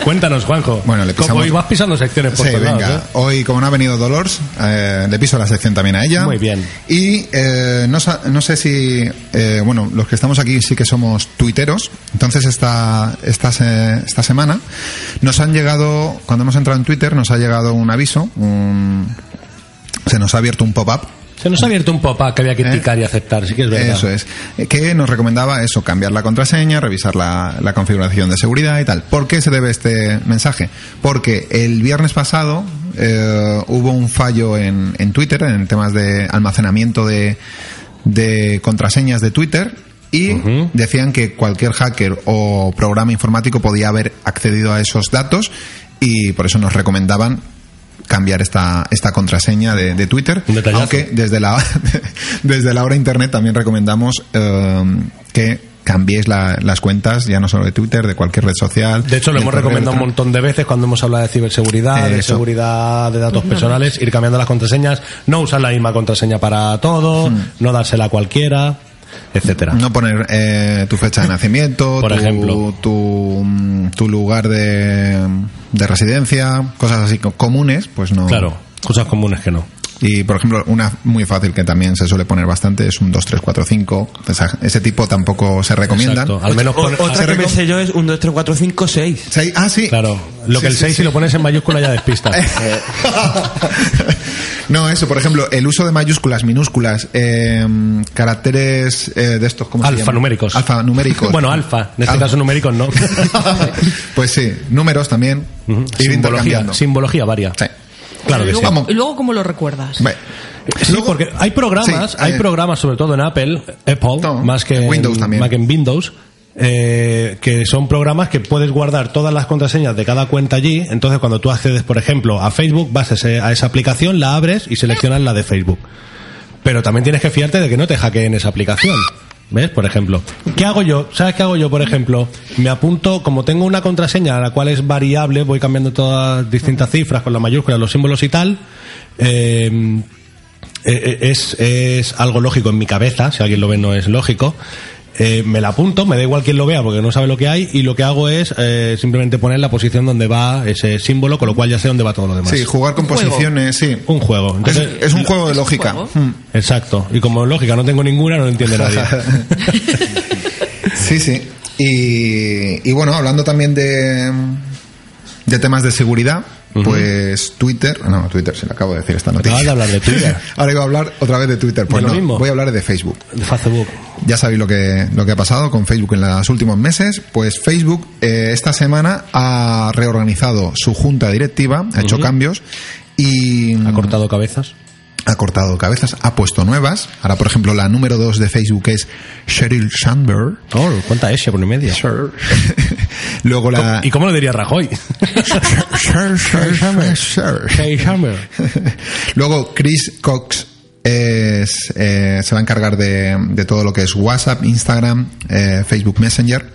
Speaker 2: Cuéntanos, Juanjo.
Speaker 3: Bueno, le
Speaker 2: ¿Cómo
Speaker 3: pisamos-
Speaker 2: hoy vas pisando secciones por
Speaker 3: Sí,
Speaker 2: todos
Speaker 3: venga.
Speaker 2: lados, eh?
Speaker 3: Hoy, como no ha venido Dolores, eh, le piso la sección también a ella.
Speaker 2: Muy bien.
Speaker 3: Y eh, no, sa- no sé si, eh, bueno, los que estamos aquí sí que somos tuiteros. Entonces, esta, esta, se- esta semana nos han llegado, cuando hemos entrado en Twitter, nos ha llegado un aviso, un- se nos ha abierto un pop-up.
Speaker 2: Se nos ha abierto un pop-up que había que
Speaker 3: ¿Eh?
Speaker 2: picar y aceptar, sí que es verdad.
Speaker 3: Eso es. Eh, Que nos recomendaba eso, cambiar la contraseña, revisar la, la configuración de seguridad y tal. ¿Por qué se debe este mensaje? Porque el viernes pasado eh, hubo un fallo en, en Twitter, en temas de almacenamiento de, de contraseñas de Twitter. Y decían que cualquier hacker o programa informático podía haber accedido a esos datos y por eso nos recomendaban cambiar esta, esta contraseña de, de Twitter.
Speaker 2: Un detallazo.
Speaker 3: Aunque desde la desde la hora internet también recomendamos em, que cambiéis la- las cuentas ya no solo de Twitter de cualquier red social
Speaker 2: De hecho, lo
Speaker 3: del
Speaker 2: hemos
Speaker 3: correo
Speaker 2: recomendado un
Speaker 3: electrónico.
Speaker 2: montón de veces cuando hemos hablado de ciberseguridad, de
Speaker 3: Eso.
Speaker 2: seguridad de datos personales, ir cambiando las contraseñas, no usar la misma contraseña para todo, no dársela a cualquiera, etcétera.
Speaker 3: Hmm. no poner eh, tu fecha de nacimiento
Speaker 2: Por
Speaker 3: tu,
Speaker 2: ejemplo.
Speaker 3: tu, mm, tu lugar de, de residencia cosas así co- comunes pues no
Speaker 2: Claro, cosas comunes que no.
Speaker 3: y por ejemplo una muy fácil que también se suele poner bastante es un 2 3 4 5 Esa- ese tipo tampoco se recomienda
Speaker 2: Exacto. Al menos
Speaker 4: O-
Speaker 2: pone-
Speaker 4: otra que
Speaker 2: ah,
Speaker 4: me sé yo es 1, 2, 3, 4, 5, 6.
Speaker 3: Sí, ah sí
Speaker 2: Claro, lo
Speaker 3: Sí,
Speaker 2: que el
Speaker 3: sí, Eh,
Speaker 2: 6 si
Speaker 3: sí.
Speaker 2: lo pones en mayúscula ya despista.
Speaker 3: no, eso, por ejemplo, el uso de mayúsculas, minúsculas, eh, caracteres eh, de estos, ¿cómo se llaman?
Speaker 2: Alfanuméricos.
Speaker 3: Alfanuméricos.
Speaker 2: Bueno, alfa, en este
Speaker 3: Alfa.
Speaker 2: caso numéricos no.
Speaker 3: pues sí, números también. Ir
Speaker 2: simbología,
Speaker 3: intercambiando.
Speaker 2: simbología varia.
Speaker 3: Sí.
Speaker 2: Claro que
Speaker 5: y,
Speaker 2: sí.
Speaker 5: luego,
Speaker 3: Vamos.
Speaker 5: y luego, ¿cómo lo recuerdas?
Speaker 3: Bueno,
Speaker 2: Sí,
Speaker 3: luego-
Speaker 2: porque hay programas,
Speaker 3: Sí,
Speaker 2: hay
Speaker 3: eh,
Speaker 2: programas sobre todo en Apple, Apple,
Speaker 3: No,
Speaker 2: más que
Speaker 3: en Windows
Speaker 2: en,
Speaker 3: también.
Speaker 2: más que en Windows, eh, que son programas que puedes guardar todas las contraseñas de cada cuenta allí. Entonces, cuando tú accedes, por ejemplo, a Facebook, vas a, ese- a esa aplicación, la abres y seleccionas la de Facebook. Pero también tienes que fiarte de que no te hackeen esa aplicación. ¿Ves? Por ejemplo. ¿Qué hago yo? ¿Sabes qué hago yo, por ejemplo? Me apunto, como tengo una contraseña, la cual es variable, voy cambiando todas distintas cifras con las mayúsculas, los símbolos y tal. eh, eh, eh, es, es algo lógico en mi cabeza, si alguien lo ve no es lógico. Eh, me la apunto, me da igual quien lo vea porque no sabe lo que hay y lo que hago es eh, simplemente poner la posición donde va ese símbolo, con lo cual ya sé dónde va todo lo demás.
Speaker 3: Sí, jugar con
Speaker 5: Un juego.
Speaker 3: posiciones, sí.
Speaker 2: Un juego.
Speaker 3: Es,
Speaker 2: Entonces,
Speaker 3: es un juego de lógica.
Speaker 5: juego.
Speaker 3: Mm.
Speaker 2: Exacto. Y como lógica no tengo ninguna, no lo entiende nadie.
Speaker 3: Sí, sí. Y, y bueno, hablando también de, de temas de seguridad, pues Twitter, no, Twitter, se lo acabo de decir esta noticia.
Speaker 2: Acabas de hablar de Twitter.
Speaker 3: Ahora iba a hablar otra vez de Twitter, pues
Speaker 2: ¿De lo
Speaker 3: no,
Speaker 2: mismo?
Speaker 3: voy a hablar de Facebook.
Speaker 2: De Facebook.
Speaker 3: Ya sabéis lo que, lo que ha pasado con Facebook en los últimos meses. Pues Facebook eh, esta semana ha reorganizado su junta directiva, ha hecho cambios y
Speaker 2: Ha cortado cabezas.
Speaker 3: ha cortado cabezas, ha puesto nuevas. Ahora, por ejemplo, la número 2 de Facebook es Sheryl Sandberg.
Speaker 2: Oh, ¿cuánta es? Por y media.
Speaker 3: Luego la...
Speaker 2: ¿Y cómo lo diría Rajoy?
Speaker 3: Sher- Sher- Sher- Sher. Luego Chris Cox es, eh, se va a encargar de, de todo lo que es WhatsApp, Instagram, eh, Facebook Messenger.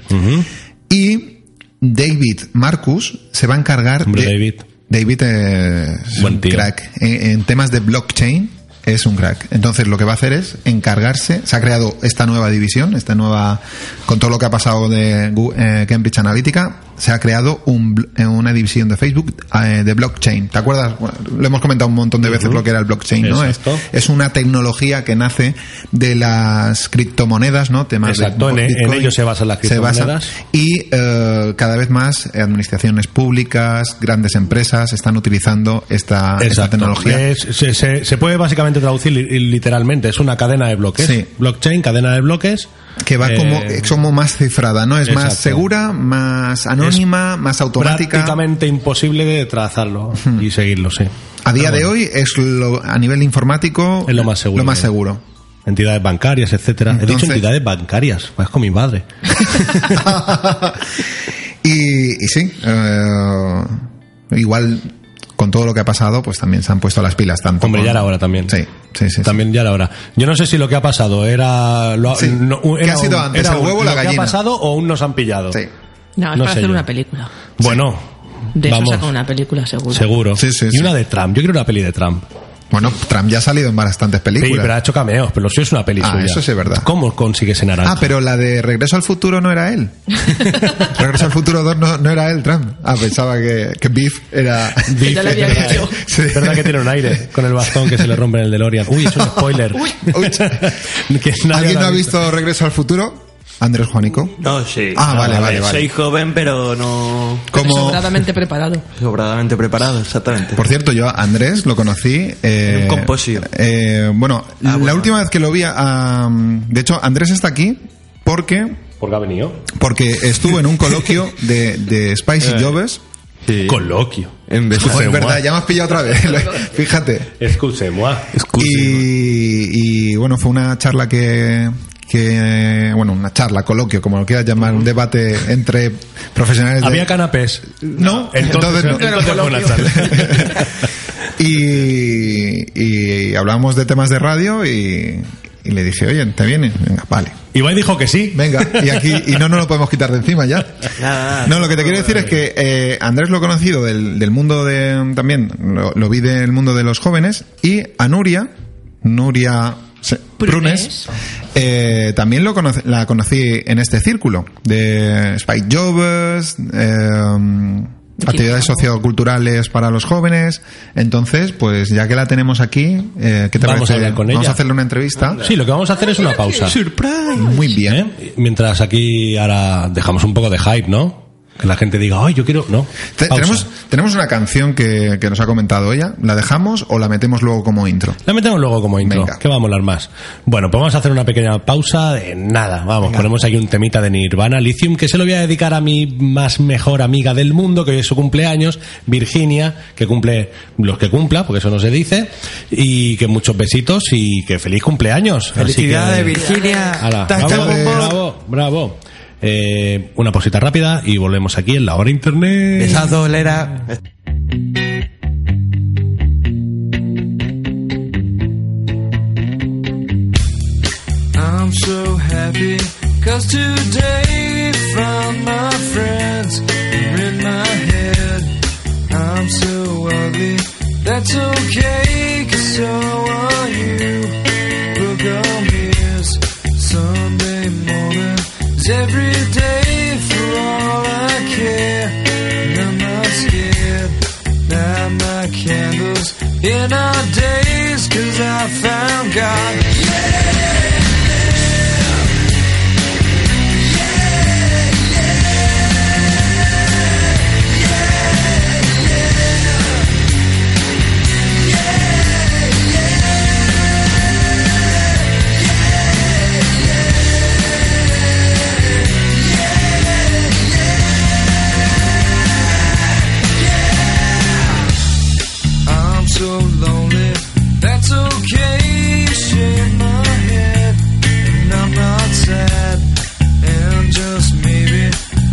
Speaker 3: Y David Marcus se va a encargar
Speaker 2: Hombre,
Speaker 3: de...
Speaker 2: David.
Speaker 3: David eh, es
Speaker 2: Buen
Speaker 3: un
Speaker 2: tío.
Speaker 3: crack. En, en temas de blockchain es un crack. Entonces lo que va a hacer es encargarse. Se ha creado esta nueva división, esta nueva... Con todo lo que ha pasado de Gu- eh, Cambridge Analytica, se ha creado un bl- eh, una división de Facebook eh, de blockchain. ¿Te acuerdas? Bueno, lo hemos comentado un montón de veces lo que era el blockchain, ¿no? Es,
Speaker 2: Exacto.
Speaker 3: es una tecnología que nace de las criptomonedas, ¿no? Temas de
Speaker 2: Exacto, en- en
Speaker 3: Bitcoin.
Speaker 2: ello se basan las
Speaker 3: Se basan-
Speaker 2: criptomonedas.
Speaker 3: y eh, cada vez más eh, administraciones públicas, grandes empresas están utilizando esta, esta
Speaker 2: Exacto. Eh,
Speaker 3: tecnología.
Speaker 2: Es- se, se- se puede básicamente traducir li- literalmente. Es una cadena de bloques.
Speaker 3: Sí.
Speaker 2: Blockchain, cadena de bloques.
Speaker 3: Que va
Speaker 2: Eh,
Speaker 3: como, es como más cifrada, ¿no? Es más
Speaker 2: exacto.
Speaker 3: segura, más anónima, más automática. Hmm.
Speaker 2: Prácticamente imposible de trazarlo y seguirlo, sí.
Speaker 3: A día de hoy es lo, a nivel informático
Speaker 2: Es lo más seguro.
Speaker 3: seguro.
Speaker 2: Entidades bancarias, etcétera. He dicho
Speaker 3: Entonces-
Speaker 2: entidades bancarias, es con mi madre.
Speaker 3: y, y sí, eh, igual con todo lo que ha pasado, pues también se han puesto las pilas tanto.
Speaker 2: Hombre,
Speaker 3: con-
Speaker 2: ya era hora también.
Speaker 3: Sí, sí, sí. sí.
Speaker 2: También ya era hora. Yo no sé si lo que ha pasado era. Lo,
Speaker 3: Sí.
Speaker 2: no,
Speaker 3: ¿Qué ha sido antes, el huevo o la
Speaker 2: lo que
Speaker 3: gallina?
Speaker 2: ha pasado o un nos han pillado?
Speaker 3: Sí.
Speaker 5: No, es
Speaker 2: No
Speaker 5: para
Speaker 2: sé
Speaker 5: hacer
Speaker 2: yo.
Speaker 5: una película.
Speaker 2: Bueno,
Speaker 5: De
Speaker 2: vamos,
Speaker 5: eso saca una película, seguro.
Speaker 2: seguro.
Speaker 3: Sí, sí,
Speaker 2: y
Speaker 3: sí.
Speaker 2: una de Trump. Yo quiero una peli de Trump.
Speaker 3: Bueno, Trump ya ha salido en bastantes películas.
Speaker 2: Sí, pero ha hecho cameos, pero si es una peli
Speaker 3: Ah,
Speaker 2: suya.
Speaker 3: eso sí es verdad.
Speaker 2: ¿Cómo consigues en naranja?
Speaker 3: Ah, pero la de Regreso al Futuro no era él. Regreso al Futuro 2 no, no era él, Trump. Ah, pensaba que, que Beef era...
Speaker 5: Que ya lo había
Speaker 2: Dice-
Speaker 5: dicho.
Speaker 3: Sí.
Speaker 2: Es verdad que tiene un aire con el bastón que se le rompe en el DeLorean. Uy, es un spoiler.
Speaker 3: Uy.
Speaker 2: Que nadie
Speaker 3: ¿Alguien
Speaker 2: lo
Speaker 3: no ha visto Regreso al Futuro? Andrés Juanico.
Speaker 4: No, sí.
Speaker 3: Ah, vale, vale, vale.
Speaker 4: Soy joven, pero no
Speaker 3: Como,
Speaker 5: Sobradamente preparado.
Speaker 4: sobradamente preparado, exactamente.
Speaker 3: por cierto, yo a Andrés lo conocí... eh,
Speaker 4: Era un composio. Ah,
Speaker 3: eh, bueno, la
Speaker 4: bueno.
Speaker 3: última vez que lo vi... ah, de hecho, Andrés está aquí porque...
Speaker 2: ¿Por qué ha venido?
Speaker 3: Porque estuvo en un coloquio de, de Spicy Jobs.
Speaker 4: Sí.
Speaker 2: Coloquio.
Speaker 4: En vez
Speaker 3: Joder,
Speaker 2: Excusez-moi.
Speaker 3: es verdad, ya me has pillado otra vez. Fíjate.
Speaker 2: Excusez-moi.
Speaker 3: Y, y, bueno, fue una charla que, que- bueno, una charla, coloquio, como lo quieras llamar, un debate entre profesionales. de-
Speaker 2: Había canapés.
Speaker 3: No,
Speaker 2: entonces, eh,
Speaker 3: entonces no.
Speaker 2: entonces fue una charla.
Speaker 3: y, y hablamos de temas de radio y, y le dije, oye, ¿te viene? Venga, vale.
Speaker 2: Ibai dijo que sí.
Speaker 3: Venga, y aquí, y no nos lo podemos quitar de encima ya.
Speaker 4: Nada,
Speaker 3: No, lo que te quiero decir es que eh, Andrés lo he conocido del, del mundo de. También lo, lo vi del mundo de los jóvenes. Y a Nuria, Nuria se- Prunes,
Speaker 5: Prunes.
Speaker 3: eh, también lo conoce- la conocí en este círculo de Spike Jobs, eh, actividades
Speaker 5: claro.
Speaker 3: socioculturales para los jóvenes. Entonces, pues ya que la tenemos aquí, eh, ¿qué te
Speaker 2: Vamos a
Speaker 3: parece?
Speaker 2: hablar con
Speaker 3: Vamos
Speaker 2: ella.
Speaker 3: a hacerle una entrevista.
Speaker 2: Sí, lo que vamos a hacer es una pausa.
Speaker 3: Muy bien.
Speaker 2: ¿Eh? Mientras aquí ahora dejamos un poco de hype, ¿no? Que la gente diga, ay, yo quiero. No.
Speaker 3: Te-
Speaker 2: Pausa.
Speaker 3: Tenemos, tenemos una canción que, que nos ha comentado ella. ¿La dejamos o la metemos luego como intro?
Speaker 2: La metemos luego como intro,
Speaker 3: Venga.
Speaker 2: que va a molar más. Bueno, pues vamos a hacer una pequeña pausa de nada. Vamos, ponemos aquí un temita de Nirvana Lithium, que se lo voy a dedicar a mi más mejor amiga del mundo, que hoy es su cumpleaños, Virginia, que cumple los que cumpla, porque eso no se dice, y que muchos besitos y que feliz cumpleaños. Así que-
Speaker 4: Felicidades, Virginia.
Speaker 2: Ala,
Speaker 4: Taca,
Speaker 2: bravo,
Speaker 4: bombón.
Speaker 2: bravo, bravo. Eh, una posita rápida y volvemos aquí en la hora internet.
Speaker 4: Besado, Lera.
Speaker 9: I'm
Speaker 10: I'm so happy. Cause today found my friends are in my head. I'm so ugly. That's okay, cause so are you. Book on his Sunday morning. Is every day for all I care. And I'm not scared. Light my candles in our days, cause I found God. I'm so lonely. That's okay. Shake my head, and I'm not sad. And just maybe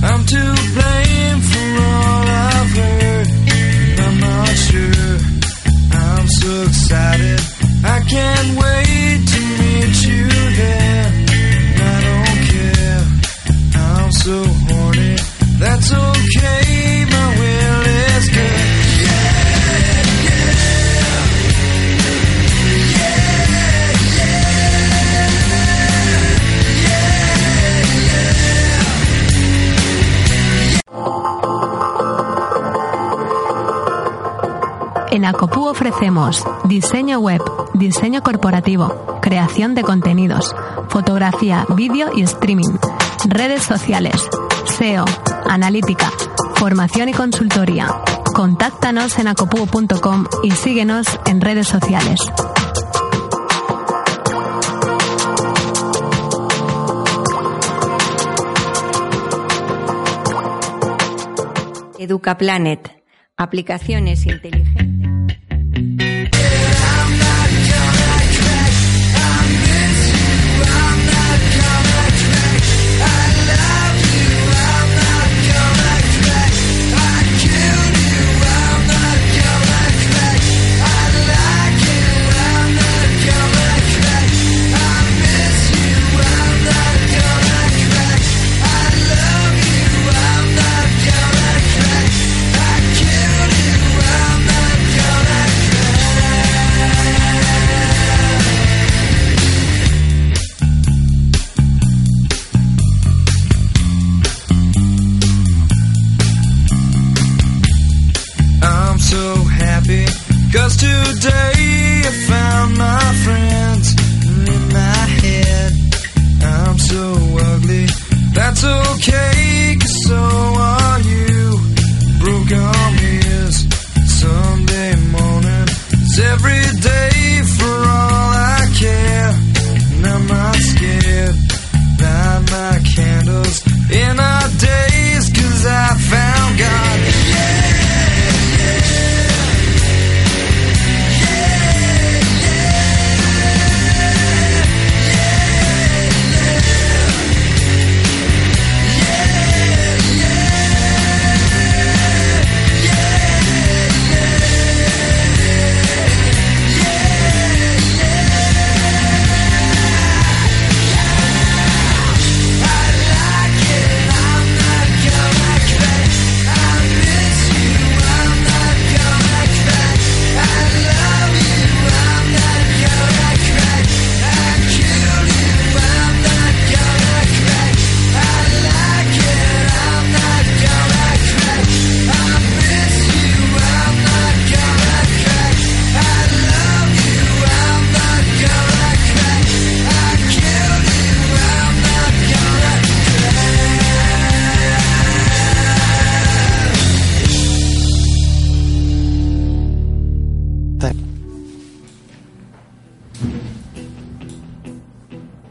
Speaker 10: I'm to blame for all I've heard. And I'm not sure. I'm so excited. I can't wait to meet you there. And I don't care. I'm so horny. That's okay. My will is good.
Speaker 11: En Acopú ofrecemos diseño web, diseño corporativo, creación de contenidos, fotografía, vídeo y streaming, redes sociales, SEO, analítica, formación y consultoría. Contáctanos en acopú.com y síguenos en redes sociales.
Speaker 12: EducaPlanet. Aplicaciones inteligentes.
Speaker 10: I'm so happy Cause today I found my friends They're in my head I'm so ugly That's okay Cause so are you Broke arm is Sunday morning It's every day for all I care And I'm not scared Light my candles In our days Cause I found God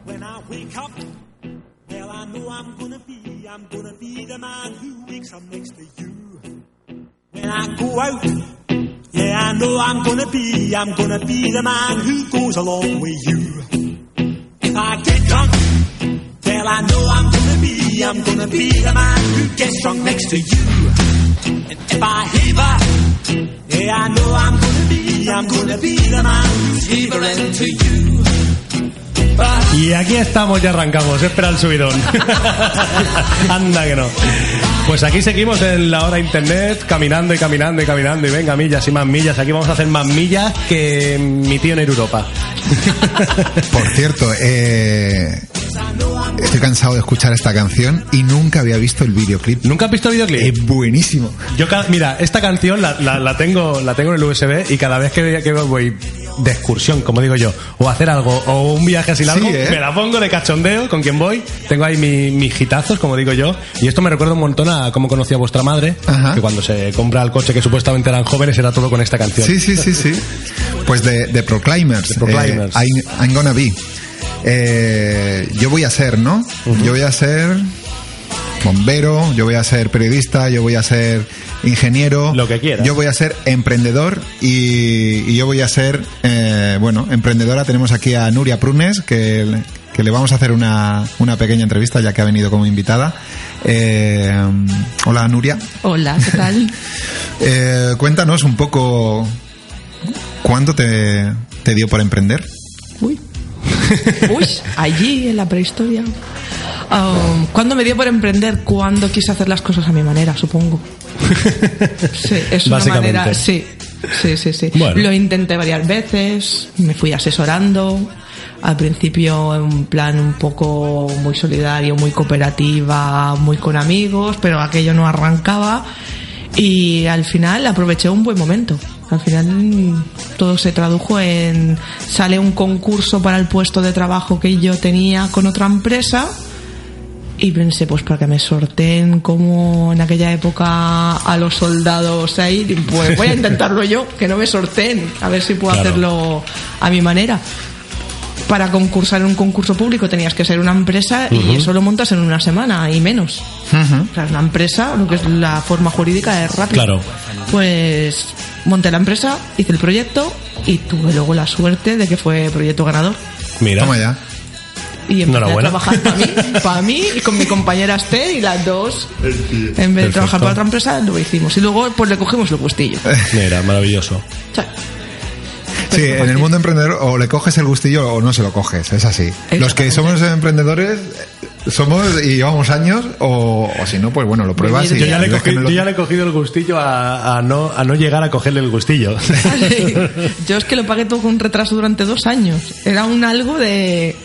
Speaker 13: When I wake up, well, I know I'm gonna be, I'm gonna be the man who wakes up next to you. When I go out, yeah, I know I'm gonna be, I'm gonna be the man who goes along with you. If I get drunk, well, I know I'm gonna be, I'm gonna be the man who gets drunk next to you. And if I heaver, yeah, I know I'm gonna be, I'm gonna be the man who's heavering to you.
Speaker 2: Y aquí estamos, ya arrancamos. Espera el subidón. Anda que no. Pues aquí seguimos en la hora internet, caminando y caminando y caminando. Y venga, millas y más millas. Aquí vamos a hacer más millas que mi tío en Europa.
Speaker 3: Por cierto, eh, estoy cansado de escuchar esta canción y nunca había visto el videoclip.
Speaker 2: ¿Nunca has visto el videoclip?
Speaker 3: Es buenísimo.
Speaker 2: Yo, ca- mira, esta canción la, la- la tengo, la tengo en el USB y cada vez que, que voy de excursión, como digo yo, o a hacer algo, o un viaje así largo,
Speaker 3: Sí, ¿eh?
Speaker 2: me la pongo de cachondeo con quien voy. Tengo ahí mi- mis gitazos, como digo yo. Y esto me recuerda un montón a cómo conocí a vuestra madre, que cuando se compra el coche que supuestamente eran jóvenes era todo con esta canción.
Speaker 3: Sí, sí, sí, sí. Pues de, de Proclaimers.
Speaker 2: De Proclaimers.
Speaker 3: eh, I'm, I'm gonna be. Eh, yo voy a ser, ¿no? Yo voy a ser bombero, yo voy a ser periodista, yo voy a ser ingeniero. Lo que
Speaker 2: quieras.
Speaker 3: Yo voy a ser emprendedor y, y yo voy a ser, eh, bueno, emprendedora. Tenemos aquí a Nuria Prunes, que, le- que le vamos a hacer una, una pequeña entrevista ya que ha venido como invitada. Eh, hola, Nuria.
Speaker 5: Hola, ¿qué tal?
Speaker 3: Eh, cuéntanos un poco cuándo te, te dio por emprender.
Speaker 5: Uy, allí en la prehistoria. Um, ¿Cuándo me dio por emprender? Cuando quise hacer las cosas a mi manera, supongo. Sí, es una
Speaker 2: Básicamente.
Speaker 5: manera. Sí, sí, sí. sí.
Speaker 2: Bueno.
Speaker 5: Lo intenté varias veces, me fui asesorando. Al principio en un plan un poco muy solidario, muy cooperativa, muy con amigos, pero aquello no arrancaba. Y al final aproveché un buen momento. Al final mm, todo se tradujo en sale un concurso para el puesto de trabajo que yo tenía con otra empresa y pensé pues para que me sorteen como en aquella época a los soldados ahí pues voy a intentarlo yo que no me sorteen a ver si puedo
Speaker 14: Claro.
Speaker 5: hacerlo a mi manera para concursar en un concurso público tenías que ser una empresa
Speaker 14: Ujú.
Speaker 5: y eso lo montas en una semana y menos o sea, una empresa lo que es la forma jurídica es rápido
Speaker 2: Claro.
Speaker 5: pues monté la empresa hice el proyecto y tuve luego la suerte de que fue proyecto ganador
Speaker 2: Mira.
Speaker 5: y empecé a
Speaker 2: Enhorabuena.
Speaker 5: trabajar para mí, para mí y con mi compañera Esther y las dos. En vez de
Speaker 2: Perfecto.
Speaker 5: trabajar para otra empresa, lo hicimos. Y luego pues le cogimos el gustillo.
Speaker 2: Mira, maravilloso.
Speaker 3: Eh. Sí, en el mundo emprendedor o le coges el gustillo o no se lo coges, es así. Los que somos emprendedores eh, somos y llevamos años o, o si no, pues bueno, lo pruebas y
Speaker 2: yo, ya le
Speaker 3: y ves que
Speaker 2: cogí-
Speaker 3: no lo-
Speaker 2: yo ya le he cogido el gustillo a, a no, a no llegar a cogerle el gustillo.
Speaker 5: Yo es que lo pagué todo con retraso durante dos años. Era un algo de...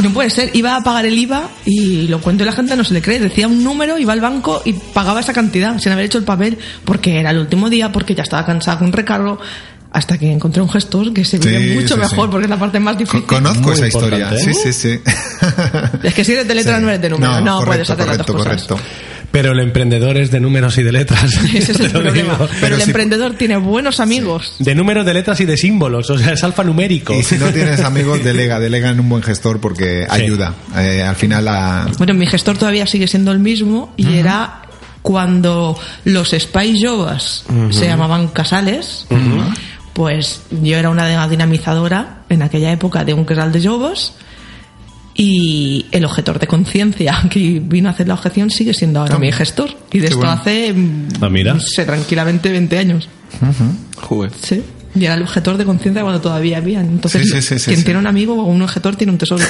Speaker 5: No puede ser, iba a pagar el IVA y lo cuento y la gente no se le cree. Decía un número, iba al banco y pagaba esa cantidad sin haber hecho el papel porque era el último día, porque ya estaba cansada con recargo, hasta que encontré un gestor que se vive
Speaker 3: Sí,
Speaker 5: mucho
Speaker 3: sí,
Speaker 5: mejor
Speaker 3: sí.
Speaker 5: porque es la parte más difícil.
Speaker 3: Conozco esa historia.
Speaker 2: importante, ¿eh?
Speaker 3: Sí, sí, sí.
Speaker 5: Es que si eres de letras no eres de número, no, puedes hacer las dos cosas.
Speaker 2: Pero el emprendedor es de números y de letras.
Speaker 5: Ese es el
Speaker 2: Te lo
Speaker 5: problema.
Speaker 2: digo.
Speaker 5: Pero, el emprendedor tiene buenos amigos.
Speaker 2: De números, de letras y de símbolos, o sea, es alfanumérico.
Speaker 3: Y si no tienes amigos, delega, delega en un buen gestor porque ayuda. Eh, al final la,
Speaker 5: Bueno, mi gestor todavía sigue siendo el mismo y era cuando los Spice Jovas
Speaker 3: Ujú.
Speaker 5: se llamaban Casales,
Speaker 3: Ujú.
Speaker 5: pues yo era una dinamizadora en aquella época de un casal de Jovas y el objetor de conciencia que vino a hacer la objeción sigue siendo ahora
Speaker 2: Ah,
Speaker 5: mi gestor y de
Speaker 2: qué
Speaker 5: esto
Speaker 2: bueno.
Speaker 5: hace mm,
Speaker 2: Ah, mira.
Speaker 5: no sé, tranquilamente 20 años. Sí. Y era el objetor de conciencia cuando todavía había. Entonces,
Speaker 2: Sí, sí, sí, sí,
Speaker 5: quien
Speaker 2: sí.
Speaker 5: tiene un amigo o un objetor tiene un tesoro.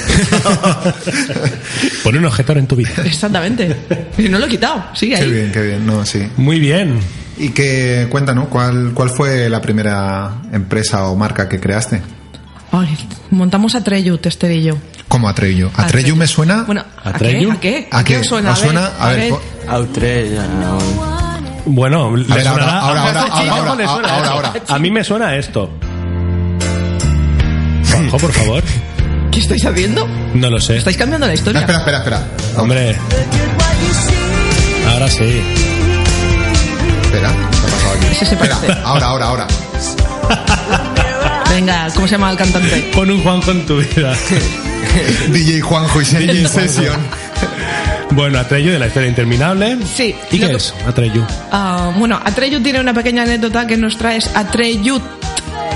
Speaker 2: Pon un objetor en tu vida.
Speaker 5: Exactamente. Y no lo he quitado. Sigue
Speaker 3: Qué
Speaker 5: ahí.
Speaker 3: bien, qué bien, no, sí.
Speaker 2: Muy bien.
Speaker 3: Y que cuéntanos, ¿cuál, ¿cuál fue la primera empresa o marca que creaste?
Speaker 5: Ay, montamos a Treyu, Tester y yo.
Speaker 3: ¿Cómo Atreyu? Atreyu,
Speaker 5: Atreyu.
Speaker 3: me suena.
Speaker 5: Bueno, ¿a qué? ¿A qué?
Speaker 3: ¿A qué?
Speaker 5: os suena?
Speaker 3: ¿Os
Speaker 5: A ver,
Speaker 3: suena? A ver, po-
Speaker 2: Bueno, le
Speaker 3: A ver, ahora,
Speaker 2: sonará-
Speaker 3: ahora, ahora,
Speaker 2: Ojo,
Speaker 3: ahora,
Speaker 2: le
Speaker 3: ahora,
Speaker 2: suena
Speaker 3: ahora,
Speaker 2: esto.
Speaker 3: ahora.
Speaker 2: A mí me suena esto. Juanjo, por favor.
Speaker 5: ¿Qué estáis haciendo?
Speaker 2: No lo sé.
Speaker 5: ¿Estáis cambiando la historia?
Speaker 3: espera, espera, espera.
Speaker 2: Hombre, ahora sí.
Speaker 3: Espera, ¿qué ha pasado aquí?
Speaker 5: Ese se
Speaker 3: espera,
Speaker 5: parece.
Speaker 3: ahora, ahora, ahora.
Speaker 5: Venga, ¿cómo se llama el cantante?
Speaker 2: Pon un Juanjo en tu vida.
Speaker 3: DJ Juanjo y
Speaker 2: DJ
Speaker 3: Session.
Speaker 2: Bueno, Atreyu de la historia interminable.
Speaker 5: Sí.
Speaker 2: ¿Y
Speaker 5: Lo
Speaker 2: qué
Speaker 5: que-
Speaker 2: es Atreyu?
Speaker 5: Ah, bueno, Atreyu tiene una pequeña anécdota que nos trae es Atreyu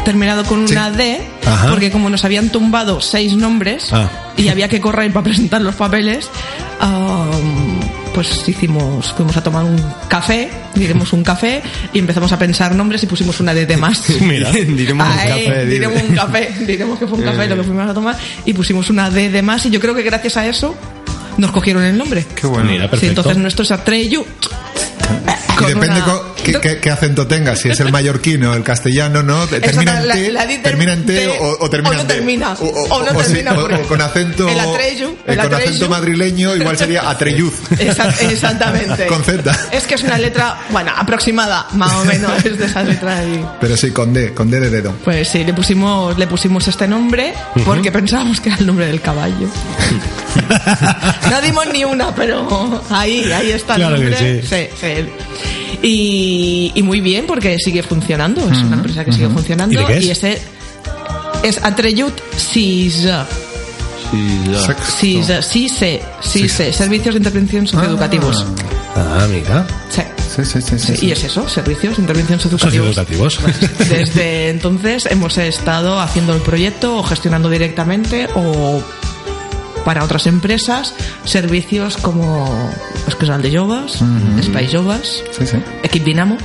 Speaker 5: terminado con una D,
Speaker 2: Ajá.
Speaker 5: porque como nos habían tumbado seis nombres
Speaker 2: Ah.
Speaker 5: y había que correr para presentar los papeles, ah, pues hicimos, fuimos a tomar un café, diremos un café y empezamos a pensar nombres y pusimos una de temas.
Speaker 4: Mira. Diremos un café, dile.
Speaker 5: diremos un café, diremos que fue un café lo que fuimos a tomar y pusimos una de de más y yo creo que gracias a eso nos cogieron el nombre.
Speaker 3: Qué bueno. Mira,
Speaker 5: Sí,
Speaker 3: perfecto.
Speaker 5: entonces nuestro es Atreyu.
Speaker 3: Y
Speaker 5: Con
Speaker 3: depende
Speaker 5: una-
Speaker 3: co- qué, qué- qué acento tengas, si es el mallorquino, el castellano, ¿no? Te- Termina en
Speaker 5: la-
Speaker 3: T,
Speaker 5: la di ter-
Speaker 3: termina en T
Speaker 5: te-
Speaker 3: o, o termina
Speaker 5: o no
Speaker 3: en T.
Speaker 5: termina, o no
Speaker 3: o sí,
Speaker 5: termina,
Speaker 3: o-
Speaker 5: porque-
Speaker 3: o con acento,
Speaker 5: El atreyu,
Speaker 3: eh,
Speaker 5: el
Speaker 3: con
Speaker 5: atreyu.
Speaker 3: acento madrileño igual sería atreyuz.
Speaker 5: Exact- exactamente.
Speaker 3: con Z.
Speaker 5: Es que es una letra, bueno, aproximada, más o menos, es de esa letra ahí.
Speaker 3: Pero sí, con D, con D de dedo.
Speaker 5: Pues sí, le pusimos, le pusimos este nombre
Speaker 3: Ujú.
Speaker 5: porque pensábamos que era el nombre del caballo. no dimos ni una, pero ahí, ahí está
Speaker 2: Claro que
Speaker 5: el nombre.
Speaker 2: sí.
Speaker 5: sí. Y, y muy bien porque sigue funcionando, es una empresa que sigue funcionando.
Speaker 2: ¿Y de qué es?
Speaker 5: ese es Atreyut Sisa. Sisa, Sise, Sise, Servicios de Intervención Socioeducativos.
Speaker 2: Ah, mira.
Speaker 5: Sí.
Speaker 3: Sí, sí, sí.
Speaker 5: Sí, y es eso, servicios de intervención socioeducativos.
Speaker 2: Socioeducativos.
Speaker 5: Desde entonces hemos estado haciendo el proyecto o gestionando directamente o para otras empresas servicios como los que son de Jovas,
Speaker 3: Ujú.
Speaker 5: Spice Jovas,
Speaker 3: Sí, sí.
Speaker 5: Equip Dinamo.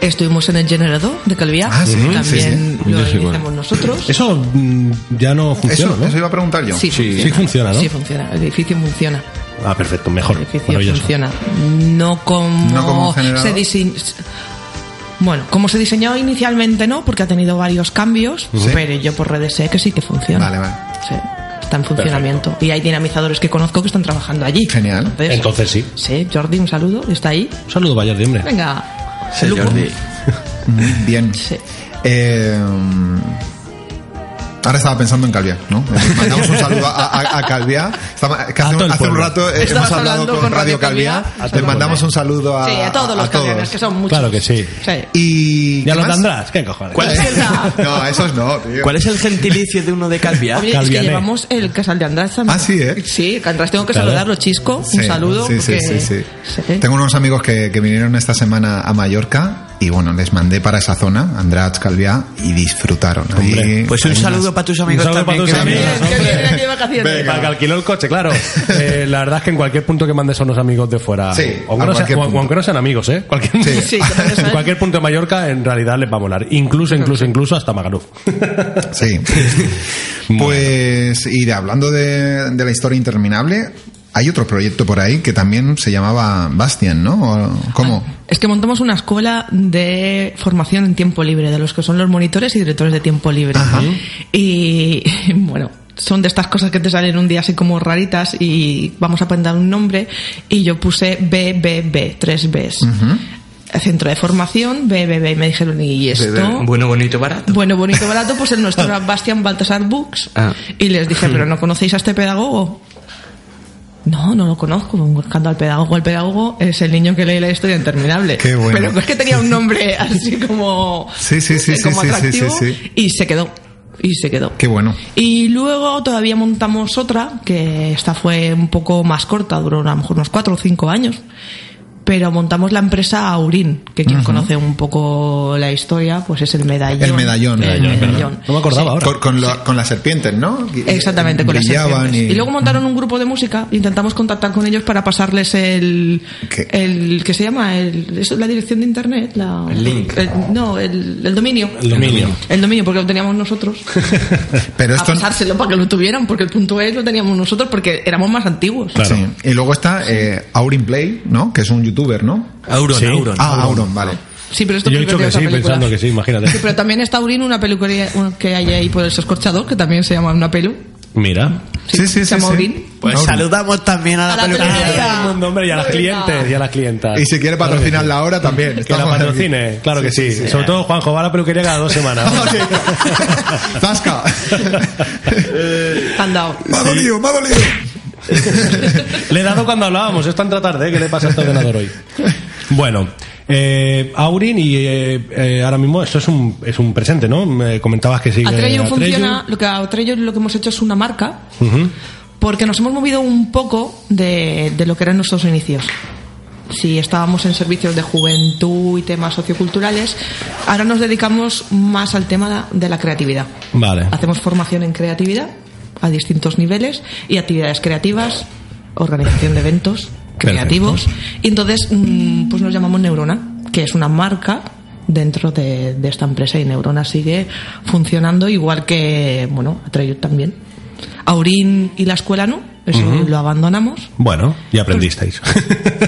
Speaker 5: Estuvimos en el generador de Calviá,
Speaker 2: Ah, sí,
Speaker 5: también
Speaker 2: sí, sí.
Speaker 5: lo
Speaker 2: Yo sí, bueno.
Speaker 5: iniciamos nosotros.
Speaker 2: Eso mm, ya no funciona,
Speaker 5: Eso-
Speaker 2: ¿no?
Speaker 5: eso iba
Speaker 3: a preguntar
Speaker 5: Sí,
Speaker 2: Sí, funciona, ¿no?
Speaker 5: Sí, funciona. El edificio funciona.
Speaker 2: Ah, perfecto, mejor.
Speaker 5: edificio
Speaker 2: Maravilloso.
Speaker 5: funciona. No como,
Speaker 2: No como generador.
Speaker 5: se diseñó. Bueno, como se diseñó inicialmente, no, porque ha tenido varios cambios,
Speaker 2: Sí.
Speaker 5: pero yo por redes sé que sí que funciona.
Speaker 2: Vale, vale.
Speaker 5: Sí, está en funcionamiento. Y hay dinamizadores que conozco que están trabajando allí. Genial. Entonces,
Speaker 2: Entonces sí.
Speaker 5: sí, Jordi, un saludo, está ahí.
Speaker 2: Un saludo, vaya de hombre.
Speaker 5: Venga, Luco.
Speaker 3: Muy bien. Eh, ahora estaba pensando en Calviá, ¿no? Eh, Mandamos un saludo a, a, a Calviá. Estaba- que hace, hace un
Speaker 2: pueblo.
Speaker 3: rato eh,
Speaker 2: Estabas
Speaker 3: hemos hablado
Speaker 2: hablando
Speaker 3: con,
Speaker 2: con
Speaker 3: Radio
Speaker 2: Radio
Speaker 3: Calviá.
Speaker 2: Calviá. A todo
Speaker 3: Le
Speaker 2: el
Speaker 3: mandamos un saludo a,
Speaker 5: Sí, a todos los calvianos, que son muchos.
Speaker 2: Claro que sí.
Speaker 3: Y
Speaker 2: Ya
Speaker 3: ¿qué
Speaker 2: lo
Speaker 3: más?
Speaker 2: tendrás, ¿qué cojones?
Speaker 3: ¿Cuál es? No, esos no, tío.
Speaker 4: ¿Cuál es el gentilicio de uno de Calvia?
Speaker 5: Oye, es que llevamos el casal de András también. Ah,
Speaker 3: sí, ¿eh?
Speaker 5: Sí, que András tengo que
Speaker 3: Claro.
Speaker 5: saludarlo, Chisco. Un
Speaker 3: Sí,
Speaker 5: saludo.
Speaker 3: sí, sí,
Speaker 5: porque-
Speaker 3: sí, sí. Tengo unos amigos que, que vinieron esta semana a Mallorca y bueno, les mandé para esa zona, András Calviá, y disfrutaron. Ahí-
Speaker 4: Pues un
Speaker 3: ahí unas-
Speaker 4: saludo para tus amigos
Speaker 2: Un saludo
Speaker 4: también.
Speaker 2: para tus
Speaker 4: que
Speaker 2: amigos,
Speaker 4: también-
Speaker 2: hombre.
Speaker 5: vacaciones.
Speaker 2: Para que alquiló el coche, claro. Eh, la verdad es que en cualquier punto que mandes a unos amigos de fuera,
Speaker 3: Sí,
Speaker 2: o aunque,
Speaker 3: a
Speaker 2: no sea-
Speaker 3: cualquier
Speaker 2: o- o
Speaker 3: punto.
Speaker 2: aunque no sean amigos, ¿eh? Cualquier,
Speaker 3: Sí.
Speaker 2: en cualquier punto de Mallorca, en realidad les va a molar. Incluso, incluso, incluso hasta Magaluf.
Speaker 3: Sí. Pues, y de- hablando de, de la historia interminable, hay otro proyecto por ahí que también se llamaba Bastian, ¿no? ¿O ¿Cómo?
Speaker 5: Es que montamos una escuela de formación en tiempo libre, de los que son los monitores y directores de tiempo libre. Y bueno, son de estas cosas que te salen un día así como raritas y vamos a poner un nombre y yo puse BBB, tres Bs. Centro de formación, BBB, y me dijeron, ¿y esto?
Speaker 4: Bueno, bonito, barato.
Speaker 5: Bueno, bonito, barato, pues el
Speaker 3: Ah.
Speaker 5: nuestro era Bastian Baltasar Books.
Speaker 4: Ah.
Speaker 5: Y les dije,
Speaker 3: Hmm.
Speaker 5: ¿pero no conocéis a este pedagogo? No, no lo conozco, buscando al pedagogo. El pedagogo es el niño que lee la historia interminable.
Speaker 3: Qué bueno.
Speaker 5: Pero es que tenía un nombre así como, eh,
Speaker 3: Sí, sí, sí, sí,
Speaker 5: como
Speaker 3: sí, sí,
Speaker 5: atractivo
Speaker 3: sí, sí.
Speaker 5: y se quedó. Y se quedó.
Speaker 3: Qué bueno.
Speaker 5: Y luego todavía montamos otra, que esta fue un poco más corta, duró a lo mejor unos cuatro o cinco años. Pero montamos la empresa Aurín, que quien conoce un poco la historia, pues es el medallón.
Speaker 3: El medallón.
Speaker 5: El medallón.
Speaker 3: No me acordaba ahora. Con, con la- con las serpientes, ¿no?
Speaker 5: Exactamente, con las
Speaker 3: Brillaban
Speaker 5: serpientes.
Speaker 3: y-
Speaker 5: Y luego montaron un grupo de música, intentamos contactar con ellos para pasarles el. el que se llama? El, eso, la dirección de internet. La,
Speaker 3: El link.
Speaker 5: el- no, el, el dominio.
Speaker 3: El dominio.
Speaker 5: El dominio, porque lo teníamos nosotros.
Speaker 3: Pero
Speaker 5: a
Speaker 3: esto.
Speaker 5: pasárselo para que lo tuvieran, porque el punto E lo teníamos nosotros, porque éramos más antiguos.
Speaker 3: Sí. Y luego está eh, Aurin Play, ¿no? Que es un youtuber, ¿no?
Speaker 4: Auron, Sí. Auron.
Speaker 3: Ah, Auron,
Speaker 4: Auron.
Speaker 3: vale.
Speaker 5: Sí, pero esto
Speaker 2: Yo he dicho
Speaker 5: creo que
Speaker 2: que
Speaker 5: es
Speaker 2: sí,
Speaker 5: otra película.
Speaker 2: pensando que sí,
Speaker 5: Sí,
Speaker 2: imagínate.
Speaker 5: pero también está Aurín, una peluquería que hay ahí por el escorchador, que también se llama una pelu.
Speaker 2: Mira.
Speaker 5: Sí, sí, se llama sí, sí. Aurín.
Speaker 4: Pues
Speaker 2: Aurín.
Speaker 4: saludamos también a la,
Speaker 5: A la peluquería.
Speaker 2: Todo el mundo, hombre, y a las clientes, y a las clientas.
Speaker 3: Y si quiere
Speaker 2: Claro que
Speaker 3: patrocinar
Speaker 2: sí.
Speaker 3: la hora también.
Speaker 2: Que la
Speaker 3: estamos aquí.
Speaker 2: patrocine, claro que sí.
Speaker 3: sí, sí.
Speaker 2: Sobre todo Juanjo va a la peluquería cada dos semanas.
Speaker 3: ¡Zasca!
Speaker 2: Eh,
Speaker 5: Te han dado.
Speaker 3: ¡Me ha dolido, me ha dolido!
Speaker 2: Le he dado cuando hablábamos, es tan tarde, ¿eh? ¿qué le pasa a este ordenador hoy? Bueno, eh, Aurin y eh, eh, ahora mismo esto es un, es un presente, ¿no? Me comentabas que eh, sigue
Speaker 5: Atreyu
Speaker 2: Atreyu.
Speaker 5: funciona, lo que a Atreyu lo que hemos hecho es una marca,
Speaker 2: Ujú.
Speaker 5: porque nos hemos movido un poco de, de lo que eran nuestros inicios. Si estábamos en servicios de juventud y temas socioculturales, ahora nos dedicamos más al tema de la creatividad.
Speaker 2: Vale.
Speaker 5: Hacemos formación en creatividad a distintos niveles y actividades creativas, organización de eventos, creativos. Y entonces, mm, pues nos llamamos Neurona, que es una marca dentro de, de esta empresa y Neurona sigue funcionando igual que, bueno, Atrayut también. Aurín y la escuela no, eso
Speaker 2: Ujú.
Speaker 5: lo abandonamos.
Speaker 2: Bueno, ya aprendisteis.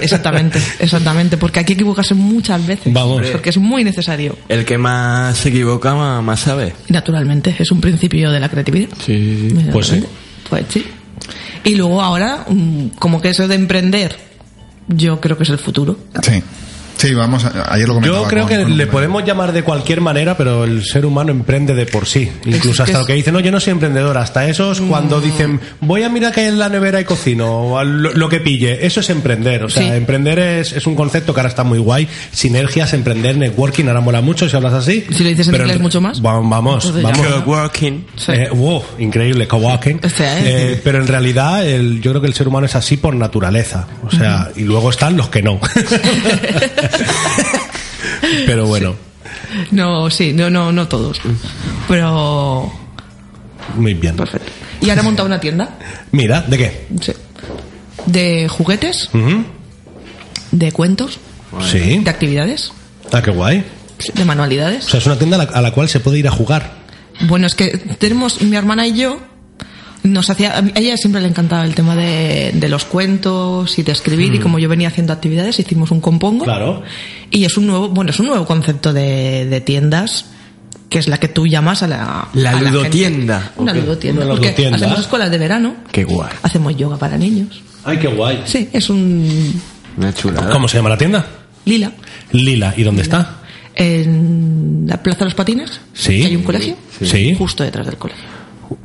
Speaker 5: Exactamente, exactamente, porque hay que equivocarse muchas veces,
Speaker 4: Vamos.
Speaker 5: porque es muy necesario.
Speaker 4: El que más se equivoca ma- más sabe.
Speaker 5: Y Naturalmente, es un principio de la creatividad.
Speaker 4: Sí,
Speaker 5: Pues sí. Pues sí. Y luego ahora, mm, como que eso de emprender, yo creo que es el futuro.
Speaker 3: Sí. Sí, vamos, a- ayer lo comentaba.
Speaker 2: Yo creo
Speaker 3: con-
Speaker 2: que
Speaker 3: con-
Speaker 2: le podemos llamar de cualquier manera, pero el ser humano emprende de por sí. Incluso hasta
Speaker 5: es- Mm.
Speaker 2: lo que dicen, no, yo no soy emprendedor. Hasta esos cuando dicen, voy a mirar que hay en la nevera y cocino, o a lo, lo que pille. Eso es emprender. O sea,
Speaker 5: Sí.
Speaker 2: emprender es, es un concepto que ahora está muy guay. Sinergias, emprender, networking, ahora mola mucho si hablas así.
Speaker 5: Si lo dices en
Speaker 2: Pero
Speaker 5: inglés
Speaker 2: re-
Speaker 5: mucho más.
Speaker 2: Va- Vamos,
Speaker 5: Entonces ya.
Speaker 2: vamos.
Speaker 4: Coworking.
Speaker 2: Eh, wow, increíble, coworking. Eh, pero en realidad, el- yo creo que el ser humano es así por naturaleza. O sea, y luego están los que no. pero bueno.
Speaker 5: No, sí, no, no, no todos. Pero.
Speaker 2: Muy bien.
Speaker 5: Perfecto. Y ahora he montado una tienda
Speaker 2: Mira, ¿de qué?
Speaker 5: sí, de juguetes,
Speaker 2: Ujú.
Speaker 5: de cuentos,
Speaker 2: Sí.
Speaker 5: de actividades,
Speaker 2: Ah, qué guay.
Speaker 5: de manualidades.
Speaker 2: O sea, es una tienda a la, a la cual se puede ir a jugar.
Speaker 5: Bueno, es que tenemos mi hermana y yo nos hacía a ella siempre le encantaba el tema de, de los cuentos y de escribir
Speaker 4: Mm.
Speaker 5: y como yo venía haciendo actividades hicimos un compongo
Speaker 2: Claro.
Speaker 5: y es un nuevo bueno es un nuevo concepto de, de tiendas que es la que tú llamas a la
Speaker 4: La
Speaker 5: a gente.
Speaker 4: ludotienda.
Speaker 5: una
Speaker 4: Ok.
Speaker 5: ludotienda
Speaker 4: Una
Speaker 5: porque
Speaker 4: ludotienda.
Speaker 5: hacemos escuelas de verano
Speaker 4: Qué guay.
Speaker 5: hacemos yoga para niños
Speaker 2: Ay, qué guay.
Speaker 5: sí es un
Speaker 4: Una chulada.
Speaker 2: ¿Cómo se llama la tienda?
Speaker 5: lila
Speaker 2: Lila. ¿Y dónde está?
Speaker 5: en la plaza de los patines
Speaker 2: Sí.
Speaker 5: que hay un colegio
Speaker 2: Sí. Sí.
Speaker 5: justo detrás del colegio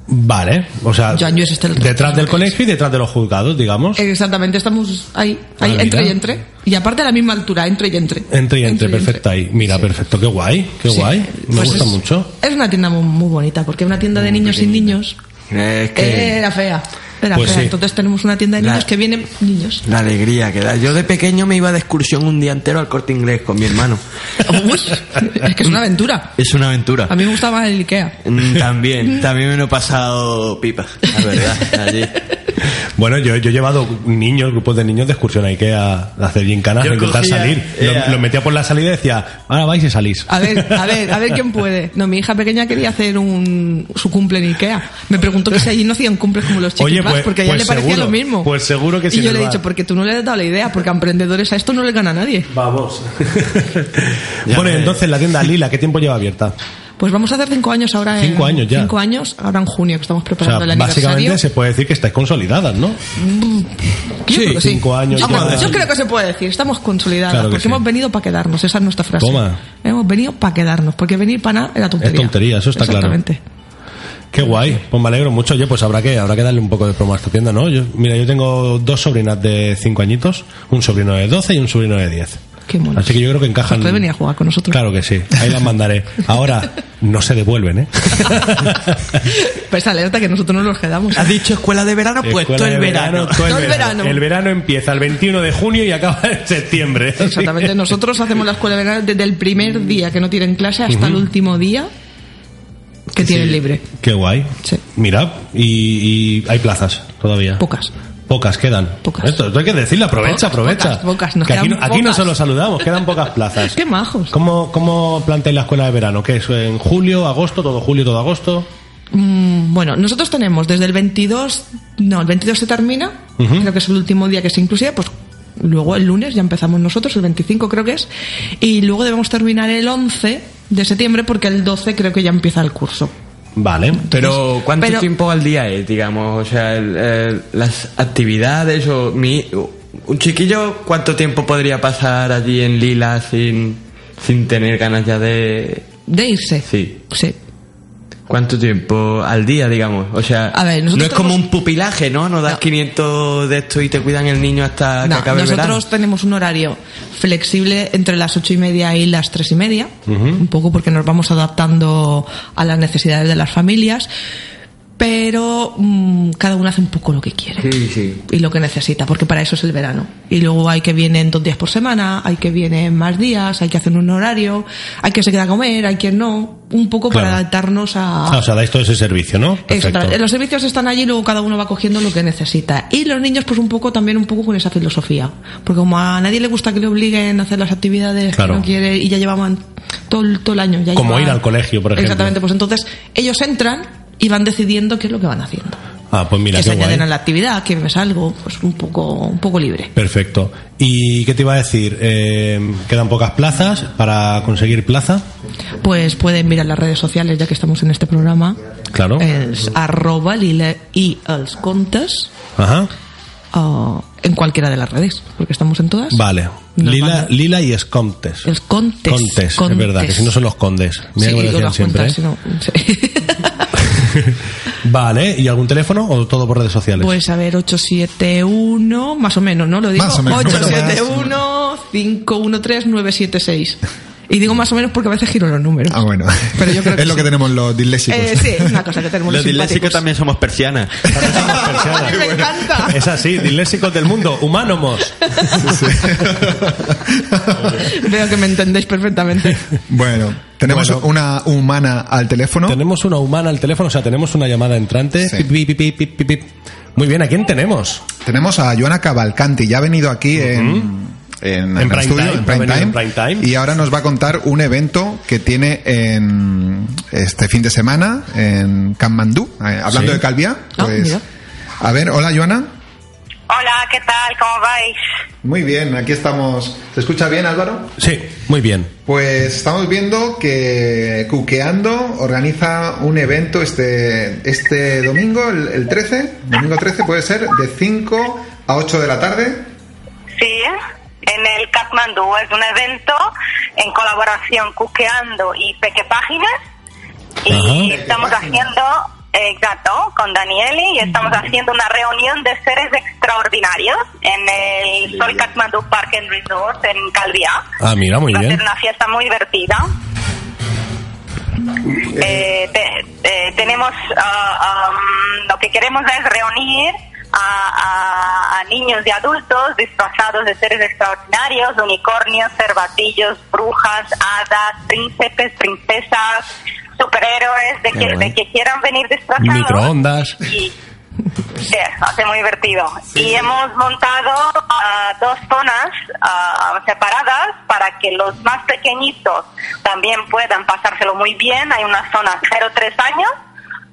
Speaker 2: Vale. O sea,
Speaker 5: Yo- yo es este Eh, el-
Speaker 2: detrás del colegio y detrás de los juzgados, digamos.
Speaker 5: Exactamente, estamos ahí, ahí
Speaker 2: Ah,
Speaker 5: entre
Speaker 2: mira.
Speaker 5: y entre. Y aparte a la misma altura, entre y entre.
Speaker 2: Entre y entre, perfecto ahí. Mira, perfecto, qué guay, qué
Speaker 5: Sí.
Speaker 2: guay. Me
Speaker 5: Pues
Speaker 2: gusta
Speaker 5: es-
Speaker 2: mucho.
Speaker 5: Es una tienda mu- muy, bonita, porque una tienda de niños sin niños
Speaker 4: Es que
Speaker 5: era fea. Era
Speaker 4: Pues
Speaker 5: fea.
Speaker 4: sí.
Speaker 5: Entonces tenemos una tienda de
Speaker 4: La-
Speaker 5: niños que vienen niños.
Speaker 4: la alegría que da. Yo de pequeño me iba de excursión un día entero al corte inglés con mi hermano.
Speaker 5: Es que es una aventura.
Speaker 4: Es una aventura.
Speaker 5: A mí me gustaba el Ikea.
Speaker 4: Mm, También, también me lo he pasado pipa, la verdad, allí.
Speaker 2: Bueno, yo, yo he llevado niños, grupos de niños de excursión a Ikea a hacer gincanas,
Speaker 4: Yo
Speaker 2: a intentar
Speaker 4: cogía- Ah.
Speaker 2: salir.
Speaker 4: era-
Speaker 2: Lo, lo metía por la salida y decía, ahora vais y salís.
Speaker 5: A ver, a ver, a ver quién puede. No, mi hija pequeña quería hacer un, su cumple en Ikea. Me preguntó que si allí no hacían cumples como los
Speaker 2: Oye,
Speaker 5: chiquitos,
Speaker 2: pues-
Speaker 5: porque a ella
Speaker 2: pues
Speaker 5: le parecía
Speaker 2: seguro,
Speaker 5: lo mismo.
Speaker 2: pues seguro que sí
Speaker 5: Y
Speaker 2: en
Speaker 5: yo
Speaker 2: el
Speaker 5: le he
Speaker 2: bar.
Speaker 5: dicho, porque tú no le has dado la idea, porque a emprendedores a esto no le gana nadie.
Speaker 2: Vamos. bueno, entonces la tienda Lila, ¿qué tiempo lleva abierta?
Speaker 5: Pues vamos a hacer cinco años ahora. en-
Speaker 2: Cinco años ya.
Speaker 5: Cinco años, ahora en junio que estamos
Speaker 2: O sea,
Speaker 5: preparando el aniversario.
Speaker 2: básicamente se puede decir que estáis consolidadas, ¿no?
Speaker 5: Yo creo que sí.
Speaker 2: cinco años.
Speaker 5: Yo,
Speaker 2: ya.
Speaker 5: creo- yo creo que se puede decir, estamos consolidadas
Speaker 2: Claro que
Speaker 5: porque
Speaker 2: sí.
Speaker 5: hemos venido para quedarnos, esa es nuestra frase.
Speaker 2: Toma.
Speaker 5: Hemos venido para quedarnos, porque venir para nada era tontería.
Speaker 2: Es tontería, eso está claro.
Speaker 5: Exactamente.
Speaker 2: Qué guay, pues me alegro mucho. Oye, pues habrá que, habrá que darle un poco de promo a esta tienda, ¿no? Yo, mira, yo tengo dos sobrinas de cinco añitos, un sobrino de 12 y un sobrino de 10.
Speaker 5: Qué monos.
Speaker 2: Así que yo creo que encajan.
Speaker 5: Pues puede venir a jugar con nosotros.
Speaker 2: Claro que sí, ahí las mandaré. Ahora, no se devuelven, ¿eh?
Speaker 5: Pues alerta que nosotros no nos quedamos.
Speaker 4: Has dicho escuela de verano, pues
Speaker 2: Escuela
Speaker 4: todo
Speaker 2: de
Speaker 4: el verano.
Speaker 2: todo el
Speaker 5: Todo el
Speaker 2: verano.
Speaker 5: verano.
Speaker 2: El verano empieza el 21 de junio y acaba en septiembre. Así
Speaker 5: Exactamente,
Speaker 2: que-
Speaker 5: nosotros hacemos la escuela de verano desde el primer día que no tienen clase hasta el
Speaker 2: Ujú.
Speaker 5: último día que tienen libre.
Speaker 2: Qué guay. Mira, y, y hay plazas todavía.
Speaker 5: Pocas.
Speaker 2: Pocas quedan. Pocas. Esto, esto hay que decirlo, aprovecha,
Speaker 5: Pocas,
Speaker 2: aprovecha.
Speaker 5: pocas, pocas, nos
Speaker 2: Que aquí,
Speaker 5: quedan
Speaker 2: no- aquí no
Speaker 5: pocas.
Speaker 2: solo saludamos, quedan pocas plazas.
Speaker 5: Qué majos.
Speaker 2: ¿Cómo, ¿Cómo planteáis la escuela de verano? ¿Qué es? ¿En julio, agosto, todo julio, todo agosto?
Speaker 5: Mm, Bueno, nosotros tenemos desde el 22, no, el 22 se termina,
Speaker 2: Ujú.
Speaker 5: creo que es el último día que se inclusive, pues luego el lunes ya empezamos nosotros, el 25 creo que es, y luego debemos terminar el 11 de septiembre porque el 12 creo que ya empieza el curso.
Speaker 2: Vale.
Speaker 4: Pero ¿cuánto
Speaker 5: Pero-
Speaker 4: tiempo al día es, digamos? O sea, el- el- las actividades o mi... Un chiquillo, ¿cuánto tiempo podría pasar allí en Lila sin, sin tener ganas ya de...
Speaker 5: De irse.
Speaker 4: Sí.
Speaker 5: Sí.
Speaker 4: ¿Cuánto tiempo al día, digamos? O sea,
Speaker 5: A ver, nosotros
Speaker 4: no es como
Speaker 5: tenemos-
Speaker 4: un pupilaje, ¿no? No das 500 de esto y te cuidan el niño hasta
Speaker 5: No,
Speaker 4: que acabe el
Speaker 5: nosotros
Speaker 4: verano.
Speaker 5: tenemos un horario flexible entre las ocho y media y las tres y media, un poco porque nos vamos adaptando a las necesidades de las familias. pero mm, cada uno hace un poco lo que quiere
Speaker 4: Sí, sí.
Speaker 5: y lo que necesita, porque para eso es el verano. Y luego hay que vienen dos días por semana, hay que vienen más días, hay que hacer un horario, hay que se queda a comer, hay quien no, un poco para
Speaker 2: Claro.
Speaker 5: adaptarnos a...
Speaker 2: Ah, o sea, dais todo ese servicio, ¿no?
Speaker 5: Eso,
Speaker 2: Perfecto.
Speaker 4: eh,
Speaker 5: tra- Eh, los servicios están allí, luego cada uno va cogiendo lo que necesita. Y los niños, pues un poco también, un poco con esa filosofía. Porque como a nadie le gusta que le obliguen a hacer las actividades
Speaker 2: Claro.
Speaker 5: que no quiere y ya llevaban todo, el- todo el año. Ya
Speaker 2: Como
Speaker 5: llevan-
Speaker 2: ir al colegio, por ejemplo.
Speaker 5: Exactamente, pues entonces ellos entran y van decidiendo qué es lo que van haciendo.
Speaker 2: Ah, pues mira,
Speaker 5: que
Speaker 2: qué
Speaker 5: se añaden
Speaker 2: guay.
Speaker 5: a la actividad, que me salgo, pues un poco, un poco libre.
Speaker 2: Perfecto. ¿Y qué te iba a decir? Eh, ¿Quedan pocas plazas para conseguir plaza?
Speaker 5: Pues pueden mirar las redes sociales, ya que estamos en este programa.
Speaker 2: Claro.
Speaker 5: Es arroba Lila y els contes
Speaker 2: Ajá.
Speaker 5: ah, en cualquiera de las redes, porque estamos en todas.
Speaker 2: Vale.
Speaker 5: Nos
Speaker 2: Lila,
Speaker 5: mandan-
Speaker 2: Lila y Escontes. Contes,
Speaker 5: Contes. Contes.
Speaker 2: es verdad, que si no son los condes. Mira
Speaker 5: Sí,
Speaker 2: que me lo decían
Speaker 5: con las
Speaker 2: siempre.
Speaker 5: juntas,
Speaker 2: ¿eh?
Speaker 5: si no, sí.
Speaker 2: Vale, ¿y algún teléfono o todo por redes sociales?
Speaker 5: Pues a ver, 871, más o menos, ¿no? Lo digo.
Speaker 2: Más o menos.
Speaker 5: 871 513 976. Y digo más o menos porque a veces giro los números.
Speaker 3: Ah, pues. bueno.
Speaker 5: Pero yo creo que
Speaker 3: es lo
Speaker 5: sí.
Speaker 3: que tenemos los disléxicos.
Speaker 5: Eh, sí, es una cosa que tenemos los,
Speaker 4: Los disléxicos
Speaker 5: simpáticos.
Speaker 4: también somos persianas.
Speaker 5: Me encanta.
Speaker 2: Es así, disléxicos del mundo, humánimos.
Speaker 5: Veo que me entendéis perfectamente.
Speaker 3: Bueno, tenemos una humana al teléfono.
Speaker 2: Tenemos una humana al teléfono, o sea, tenemos una llamada entrante. Pip, pip, pip, pip, pip, pip. Muy bien, ¿a quién tenemos?
Speaker 3: Tenemos a Joana Cavalcanti, ya ha venido aquí en, en,
Speaker 2: En
Speaker 3: el
Speaker 2: prime
Speaker 3: estudio,
Speaker 2: time,
Speaker 3: en
Speaker 2: ha
Speaker 3: prime
Speaker 2: venido
Speaker 3: time,
Speaker 2: en prime
Speaker 3: y ahora nos va a contar un evento que tiene en este fin de semana en Kanmandú, eh, hablando
Speaker 14: Sí.
Speaker 3: de Calvia.
Speaker 14: Ah,
Speaker 3: Pues,
Speaker 14: mira.
Speaker 3: a ver, hola Joana.
Speaker 14: Hola, ¿qué tal? ¿Cómo vais?
Speaker 3: Muy bien, aquí estamos. ¿Se escucha bien Álvaro?
Speaker 2: Sí, muy bien.
Speaker 3: Pues estamos viendo que Cuqueando organiza un evento este, este domingo, el, el 13, domingo 13 puede ser, de 5 a 8 de la tarde.
Speaker 14: Sí, en el Katmandú. Es un evento en colaboración Cuqueando y Peque Páginas. Y estamos haciendo, exacto, con Danieli, y estamos haciendo eh, una reunión de seres extraordinarios en el Sol Katmandú Park and Resort en Calviá.
Speaker 2: Ah, mira, muy
Speaker 14: Va a
Speaker 2: bien.
Speaker 14: ser una fiesta muy divertida. Eh, te- eh, tenemos ah, am, lo que queremos es reunir a, a- a niños y adultos disfrazados de seres extraordinarios, unicornios, cervatillos, brujas, hadas, príncipes, princesas, superhéroes, de
Speaker 2: Qué
Speaker 14: que,
Speaker 2: guay.
Speaker 14: de que quieran venir disfrazados
Speaker 2: Microondas.
Speaker 14: y sí, hace muy divertido. y hemos montado ah, dos zonas ah, separadas para que los más pequeñitos también puedan pasárselo muy bien. Hay una zona 0-3 años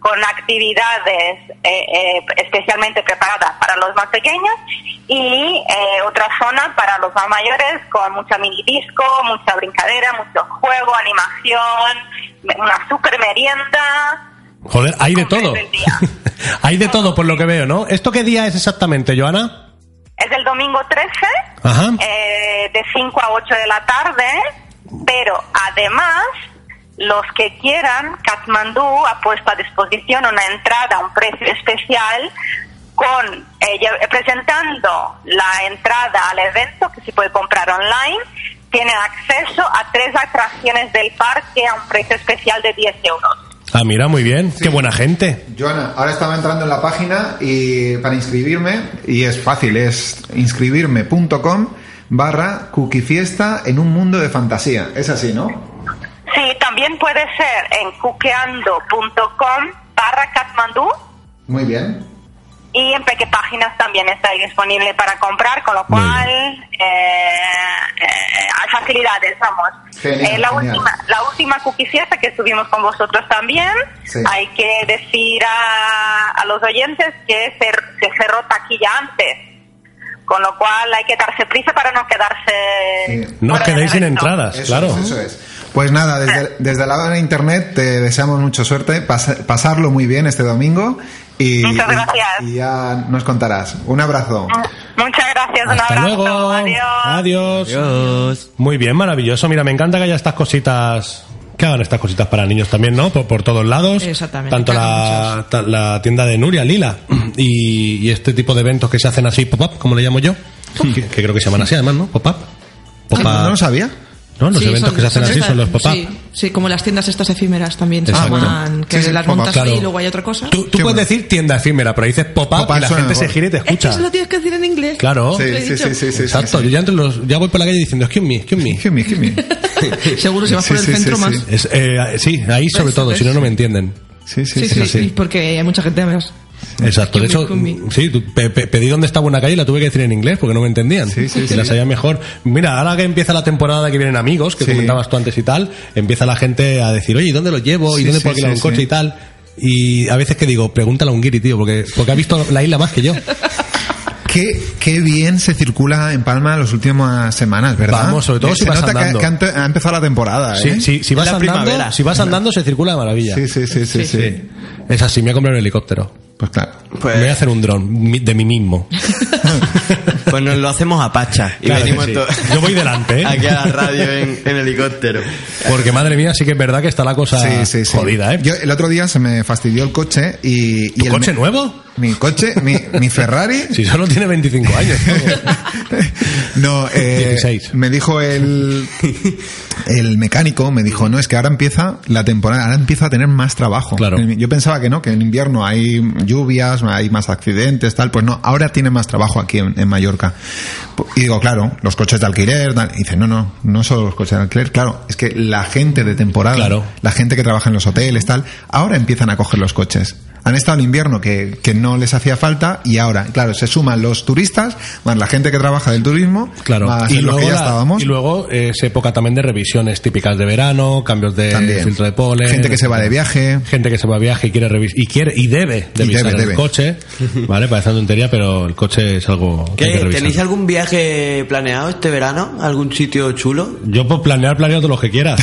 Speaker 14: con actividades eh, eh, especialmente preparadas para los más pequeños y eh, otra zona para los más mayores con mucha mini disco, mucha brincadera, mucho juego, animación, una super merienda.
Speaker 2: Joder, hay de todo. hay de todo por lo que veo, ¿no? ¿Esto qué día es exactamente, Joana?
Speaker 14: Es el domingo 13,
Speaker 2: Ajá.
Speaker 14: eh, de 5 a 8 de la tarde, pero además los que quieran, Katmandú ha puesto a disposición una entrada a un precio especial con eh, lle- presentando la entrada al evento que se puede comprar online. Tienen acceso a tres atracciones del parque a un precio especial de 10 euros.
Speaker 2: Ah, mira, muy bien. Qué buena gente.
Speaker 3: Joana, ahora estaba entrando en la página y para inscribirme, y es fácil, es inscribirme.com barra cookie fiesta en un mundo de fantasía. Es así, ¿no?
Speaker 14: Sí, también puede ser en cuqueando.com barra Katmandú.
Speaker 3: Muy bien.
Speaker 14: Y en Peque Páginas también está ahí disponible para comprar, con lo cual eh, eh, hay facilidades, vamos.
Speaker 15: Genial,
Speaker 14: la,
Speaker 15: genial.
Speaker 14: última, la última cookie fiesta que estuvimos con vosotros también,
Speaker 15: Sí.
Speaker 14: hay que decir a, a los oyentes que se, se cerró taquilla antes, con lo cual hay que darse prisa para no quedarse...
Speaker 3: Eh,
Speaker 2: No os
Speaker 14: fuera del
Speaker 2: quedáis sin
Speaker 14: evento.
Speaker 2: entradas,
Speaker 3: Eso
Speaker 2: claro.
Speaker 3: es, eso es. Pues nada, desde, desde la hora de internet te deseamos mucha suerte, pas- pasarlo muy bien este domingo y,
Speaker 14: Muchas gracias.
Speaker 3: y- y ya nos contarás. Un abrazo.
Speaker 14: Muchas gracias, un
Speaker 2: Hasta
Speaker 14: abrazo.
Speaker 2: luego. Adiós. Muy bien, maravilloso. Mira, me encanta que haya estas cositas. Que hagan estas cositas para niños también, ¿no? Por, por todos lados.
Speaker 5: Exactamente.
Speaker 2: Tanto la, ta- la tienda de Nuria, Lila, y, y este tipo de eventos que se hacen así, pop-up, como le llamo yo. Que, que creo que se llaman así, además, ¿no? Pop-up. Pop-up.
Speaker 3: no lo sabía.
Speaker 2: ¿no? Los
Speaker 5: Sí,
Speaker 2: eventos
Speaker 5: son-
Speaker 2: que se hacen
Speaker 5: son
Speaker 2: así
Speaker 5: esas-
Speaker 2: son los pop-up.
Speaker 5: Sí, sí, como las tiendas estas efímeras también se
Speaker 2: Exacto.
Speaker 5: llaman, que
Speaker 2: Sí, sí,
Speaker 5: las
Speaker 2: pop-up,
Speaker 5: montas
Speaker 2: claro.
Speaker 5: ahí y luego hay otra cosa.
Speaker 2: Tú, tú puedes decir tienda efímera, pero dices pop-up
Speaker 5: Pop-up
Speaker 2: y la
Speaker 5: suena
Speaker 2: gente se
Speaker 5: mejor.
Speaker 2: gira y te
Speaker 5: Es que
Speaker 2: escucha.
Speaker 5: eso lo tienes que decir en inglés.
Speaker 2: Claro.
Speaker 5: Lo he dicho.
Speaker 2: Exacto. Yo ya, entre los, ya voy por la calle diciendo, excuse me, excuse me. Excuse
Speaker 3: me, excuse
Speaker 2: me.
Speaker 5: Seguro si vas por el centro más.
Speaker 2: Es, eh, sí, ahí sobre
Speaker 5: Pues,
Speaker 2: todo, si no, no me entienden.
Speaker 5: Sí, sí, y porque hay mucha gente además.
Speaker 2: Exacto, de hecho, sí, tú, pe- pe- pedí dónde estaba una calle y la tuve que decir en inglés porque no me entendían.
Speaker 3: sí,
Speaker 2: que
Speaker 3: sí.
Speaker 2: la sabía mejor. Mira, ahora que empieza la temporada que vienen amigos, que comentabas tú antes y tal, empieza la gente a decir, oye, ¿y ¿dónde los llevo? ¿Y
Speaker 3: Sí,
Speaker 2: dónde
Speaker 3: sí,
Speaker 2: puedo alquilar
Speaker 3: sí,
Speaker 2: un coche
Speaker 3: sí.
Speaker 2: y tal? Y a veces que digo, pregúntale a un guiri, tío, porque, porque ha visto la isla más que yo.
Speaker 3: Qué, qué bien se circula en Palma las últimas semanas, ¿verdad?
Speaker 2: Vamos, sobre todo
Speaker 3: Eh,
Speaker 2: si
Speaker 3: se
Speaker 2: vas
Speaker 3: nota que-
Speaker 2: andando.
Speaker 3: Que, han te- ha empezado la temporada.
Speaker 2: Sí,
Speaker 3: ¿eh?
Speaker 2: sí, si, vas andando, si vas andando se circula de maravilla.
Speaker 3: Sí, sí, sí, sí, sí.
Speaker 2: Es así, me voy a comprar un helicóptero.
Speaker 3: Pues claro.
Speaker 2: me voy a hacer un dron mi- de mí mismo.
Speaker 4: Pues nos lo hacemos a pacha. Y
Speaker 2: Claro que
Speaker 4: venimos
Speaker 2: sí.
Speaker 4: to-
Speaker 2: Yo voy delante, ¿eh?
Speaker 4: Aquí a la radio en, en helicóptero.
Speaker 2: Porque madre mía, sí que es verdad que está la cosa
Speaker 3: Sí, sí, sí.
Speaker 2: jodida, ¿eh?
Speaker 3: Yo el otro día se me fastidió el coche y...
Speaker 2: ¿Tu
Speaker 3: y el
Speaker 2: coche
Speaker 3: me-
Speaker 2: nuevo?
Speaker 3: Mi coche, mi, mi Ferrari...
Speaker 2: Si solo tiene 25 años.
Speaker 3: No, eh,
Speaker 2: 16.
Speaker 3: me dijo el, el mecánico, me dijo, no, es que ahora empieza la temporada, ahora empieza a tener más trabajo.
Speaker 2: Claro.
Speaker 3: Yo pensaba que no, que en invierno hay lluvias, hay más accidentes, tal, pues no, ahora tiene más trabajo aquí en, en Mallorca. Y digo, claro, los coches de alquiler, tal. y dice, no, no, no solo los coches de alquiler, claro, es que la gente de temporada,
Speaker 2: Claro.
Speaker 3: Ah. la gente que trabaja en los hoteles, tal, ahora empiezan a coger los coches. Han estado en invierno que, que no les hacía falta y ahora, claro, se suman los turistas, más la gente que trabaja del turismo,
Speaker 2: Claro,
Speaker 3: más
Speaker 2: y
Speaker 3: los
Speaker 2: luego,
Speaker 3: que ya
Speaker 2: la-
Speaker 3: estábamos.
Speaker 2: y luego, eh, es época también de revisiones típicas de verano, cambios de
Speaker 3: También.
Speaker 2: filtro de polen.
Speaker 3: Gente que se va de viaje.
Speaker 2: Gente que se va de viaje y quiere revisar. Y quiere y debe
Speaker 3: Y
Speaker 2: revisar
Speaker 3: debe,
Speaker 2: el
Speaker 3: debe.
Speaker 2: coche. Vale, parece una tontería, pero el coche es algo. que hay que
Speaker 15: ¿Qué?
Speaker 2: revisar.
Speaker 15: ¿Tenéis algún viaje planeado este verano? ¿Algún sitio chulo?
Speaker 2: Yo por planear, planeo todos los que quieras.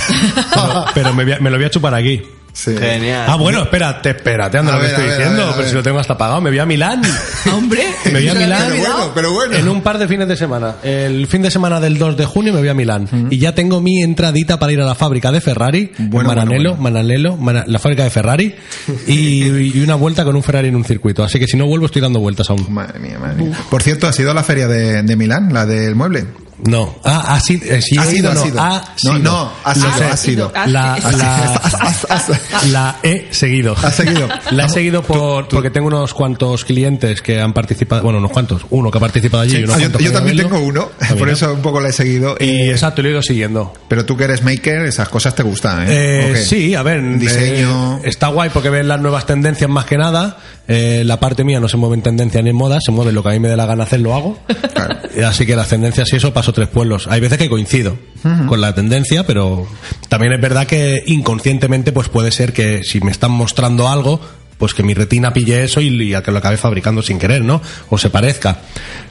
Speaker 2: pero pero me, voy a- me lo voy a chupar aquí.
Speaker 15: Genial.
Speaker 2: Ah, bueno, espérate, espérate, anda
Speaker 15: A
Speaker 2: lo que
Speaker 15: ver,
Speaker 2: estoy
Speaker 15: a ver,
Speaker 2: diciendo.
Speaker 15: a ver, a
Speaker 2: pero
Speaker 15: ver.
Speaker 2: si lo tengo hasta pagado, me voy a Milán.
Speaker 5: Hombre,
Speaker 2: me voy a
Speaker 5: Pero
Speaker 2: Milán.
Speaker 5: bueno,
Speaker 2: En un par de fines de semana. El fin de semana del 2 de junio me voy a Milán. Y ya tengo mi entradita para ir a la fábrica de Ferrari. Maranello, Maranello, Mana- la fábrica de Ferrari. Y, y una vuelta con un Ferrari en un circuito. Así que si no vuelvo, estoy dando vueltas aún.
Speaker 3: Madre mía, madre mía. Por cierto, ¿has ido a la feria de, de Milán, la del mueble?
Speaker 2: No. Ah, ha sido. eh, sí,
Speaker 3: Ha
Speaker 2: he
Speaker 3: sido,
Speaker 2: ido,
Speaker 3: ha
Speaker 2: no.
Speaker 3: sido.
Speaker 2: Ha
Speaker 3: No,
Speaker 2: sido.
Speaker 3: no, ha
Speaker 2: Lo
Speaker 3: sido,
Speaker 2: sé.
Speaker 3: ha sido.
Speaker 2: La,
Speaker 3: Ha
Speaker 2: la- la he seguido.
Speaker 3: Ha seguido. Ah,
Speaker 2: La he seguido por, porque tengo unos cuantos clientes que han participado. Bueno, unos cuantos. Uno que ha participado allí y unos
Speaker 3: Ah, yo,
Speaker 2: cuantos
Speaker 3: yo
Speaker 2: que van a
Speaker 3: también
Speaker 2: verlo.
Speaker 3: tengo uno,
Speaker 2: También,
Speaker 3: por
Speaker 2: ¿no? Eh,
Speaker 3: eso un poco la he seguido.
Speaker 2: Y exacto, lo he ido siguiendo.
Speaker 3: Pero tú que eres maker, esas cosas te gustan, ¿eh?
Speaker 2: Eh,
Speaker 3: ¿O qué?
Speaker 2: sí, a ver,
Speaker 3: Diseño.
Speaker 2: eh, está guay porque ves las nuevas tendencias más que nada. Eh, la parte mía no se mueve en tendencia ni en moda, se mueve lo que a mí me dé la gana hacer, lo hago. Eh, Así que las tendencias y eso paso tres pueblos. Hay veces que coincido
Speaker 3: Ujú.
Speaker 2: con la tendencia, pero también es verdad que inconscientemente pues puede ser que si me están mostrando algo, pues que mi retina pille eso y, y a que lo acabe fabricando sin querer, ¿no? O se parezca.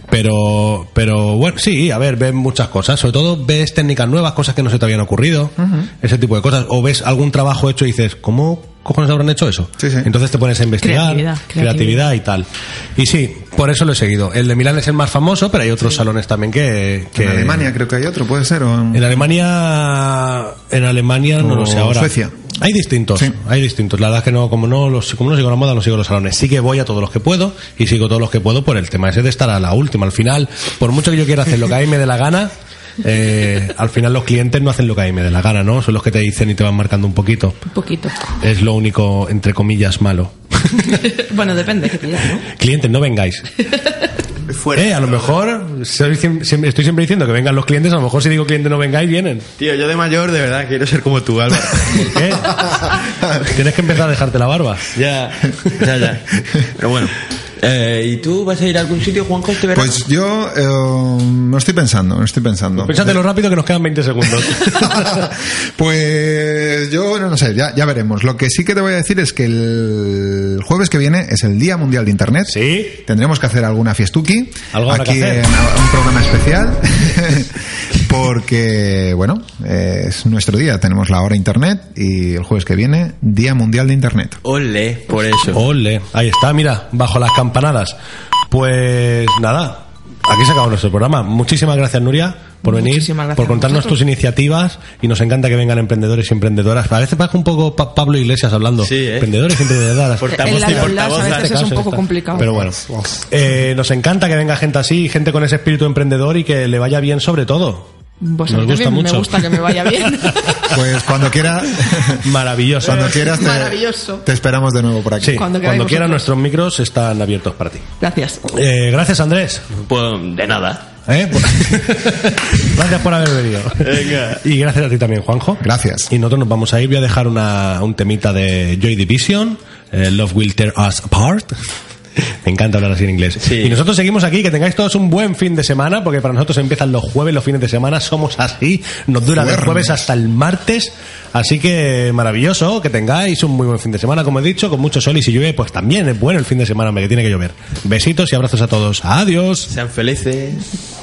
Speaker 2: Pero, pero bueno, sí, a ver, ves muchas cosas. Sobre todo ves técnicas nuevas, cosas que no se te habían ocurrido ese tipo de cosas. O ves algún trabajo hecho y dices, ¿cómo cojones habrán hecho eso? Entonces te pones a investigar,
Speaker 5: Creatividad,
Speaker 2: creatividad,
Speaker 5: creatividad.
Speaker 2: y tal. Y sí, por eso lo he seguido. El de Milán es el más famoso, pero hay otros salones también que... que-
Speaker 3: En Alemania creo que hay otro, puede ser. o-
Speaker 2: En Alemania, en Alemania no
Speaker 3: O
Speaker 2: lo sé ahora.
Speaker 3: Suecia.
Speaker 2: Hay distintos, hay distintos. La verdad es que no, como no, los, como no sigo la moda, no sigo los salones. Sí que voy a todos los que puedo y sigo todos los que puedo por el tema ese de estar a la última. Al final, por mucho que yo quiera hacer lo que a mí me dé la gana, eh, al final los clientes no hacen lo que a mí me dé la gana, ¿no? Son los que te dicen y te van marcando un poquito.
Speaker 5: Un poquito.
Speaker 2: Es lo único, entre comillas, malo.
Speaker 5: Bueno, depende que te diga, ¿no?
Speaker 2: Clientes, no vengáis. Eh, a lo mejor soy siem- siem- estoy siempre diciendo que vengan los clientes, a lo mejor si digo cliente no vengáis, vienen.
Speaker 4: Tío, yo de mayor de verdad quiero ser como tú, Álvaro.
Speaker 2: ¿Qué? Tienes que empezar a dejarte la barba.
Speaker 4: Ya, ya, ya. Pero bueno. Eh, ¿Y tú vas a ir a algún sitio, Juanjo, este verano?
Speaker 3: Pues yo eh, no estoy pensando, no estoy pensando.
Speaker 2: Pensate lo rápido que nos quedan 20 segundos.
Speaker 3: Pues yo no, no sé, ya, ya veremos. Lo que sí que te voy a decir es que el jueves que viene es el Día Mundial de Internet. Sí. Tendremos que hacer alguna fiestuki.
Speaker 2: Algo habrá
Speaker 3: Aquí
Speaker 2: que hacer.
Speaker 3: en a- un programa especial. Porque, bueno, eh, es nuestro día. Tenemos la hora Internet y el jueves que viene, Día Mundial de Internet.
Speaker 4: Ole, por eso.
Speaker 2: Ole, ahí está, mira, bajo las campanadas. Pues nada, aquí se acabó nuestro programa. Muchísimas gracias, Nuria, por venir,
Speaker 5: Muchísimas gracias
Speaker 2: por contarnos
Speaker 5: a vosotros.
Speaker 2: tus iniciativas y nos encanta que vengan emprendedores y emprendedoras. A veces parece un poco Pa- Pablo Iglesias hablando.
Speaker 4: Sí, ¿eh?
Speaker 2: Emprendedores y emprendedoras.
Speaker 4: Portavoz El y hablar portavoz. a veces
Speaker 2: En este
Speaker 4: es un
Speaker 2: caso,
Speaker 4: poco
Speaker 2: está.
Speaker 4: complicado.
Speaker 2: Pero bueno, eh, nos encanta que venga gente así, gente con ese espíritu emprendedor y que le vaya bien sobre todo.
Speaker 5: Pues a
Speaker 2: Nos
Speaker 5: mí
Speaker 2: gusta
Speaker 5: también
Speaker 2: mucho.
Speaker 5: me gusta que me vaya bien.
Speaker 3: Pues cuando quiera.
Speaker 2: Maravilloso.
Speaker 3: Cuando quieras te,
Speaker 5: Maravilloso.
Speaker 3: te esperamos de nuevo por aquí.
Speaker 2: Sí, cuando, quieran nuestros micros están abiertos para ti.
Speaker 5: Gracias.
Speaker 2: Eh, gracias Andrés.
Speaker 16: Pues de nada.
Speaker 2: ¿Eh? Gracias por haber venido. Y gracias a ti también, Juanjo. Gracias. Y nosotros nos vamos a ir. Voy a dejar una, un temita de Joy Division, eh, Love Will Tear Us Apart. Me encanta hablar así en inglés. Y nosotros seguimos aquí. Que tengáis todos un buen fin de semana, porque para nosotros empiezan los jueves, los fines de semana. Somos así. Nos dura del
Speaker 3: Juernes.
Speaker 2: jueves hasta el martes. Así que maravilloso. Que tengáis un muy buen fin de semana, como he dicho, con mucho sol. Y si llueve, pues también es bueno el fin de semana, hombre, que tiene que llover. Besitos y abrazos a todos. Adiós.
Speaker 4: Sean felices.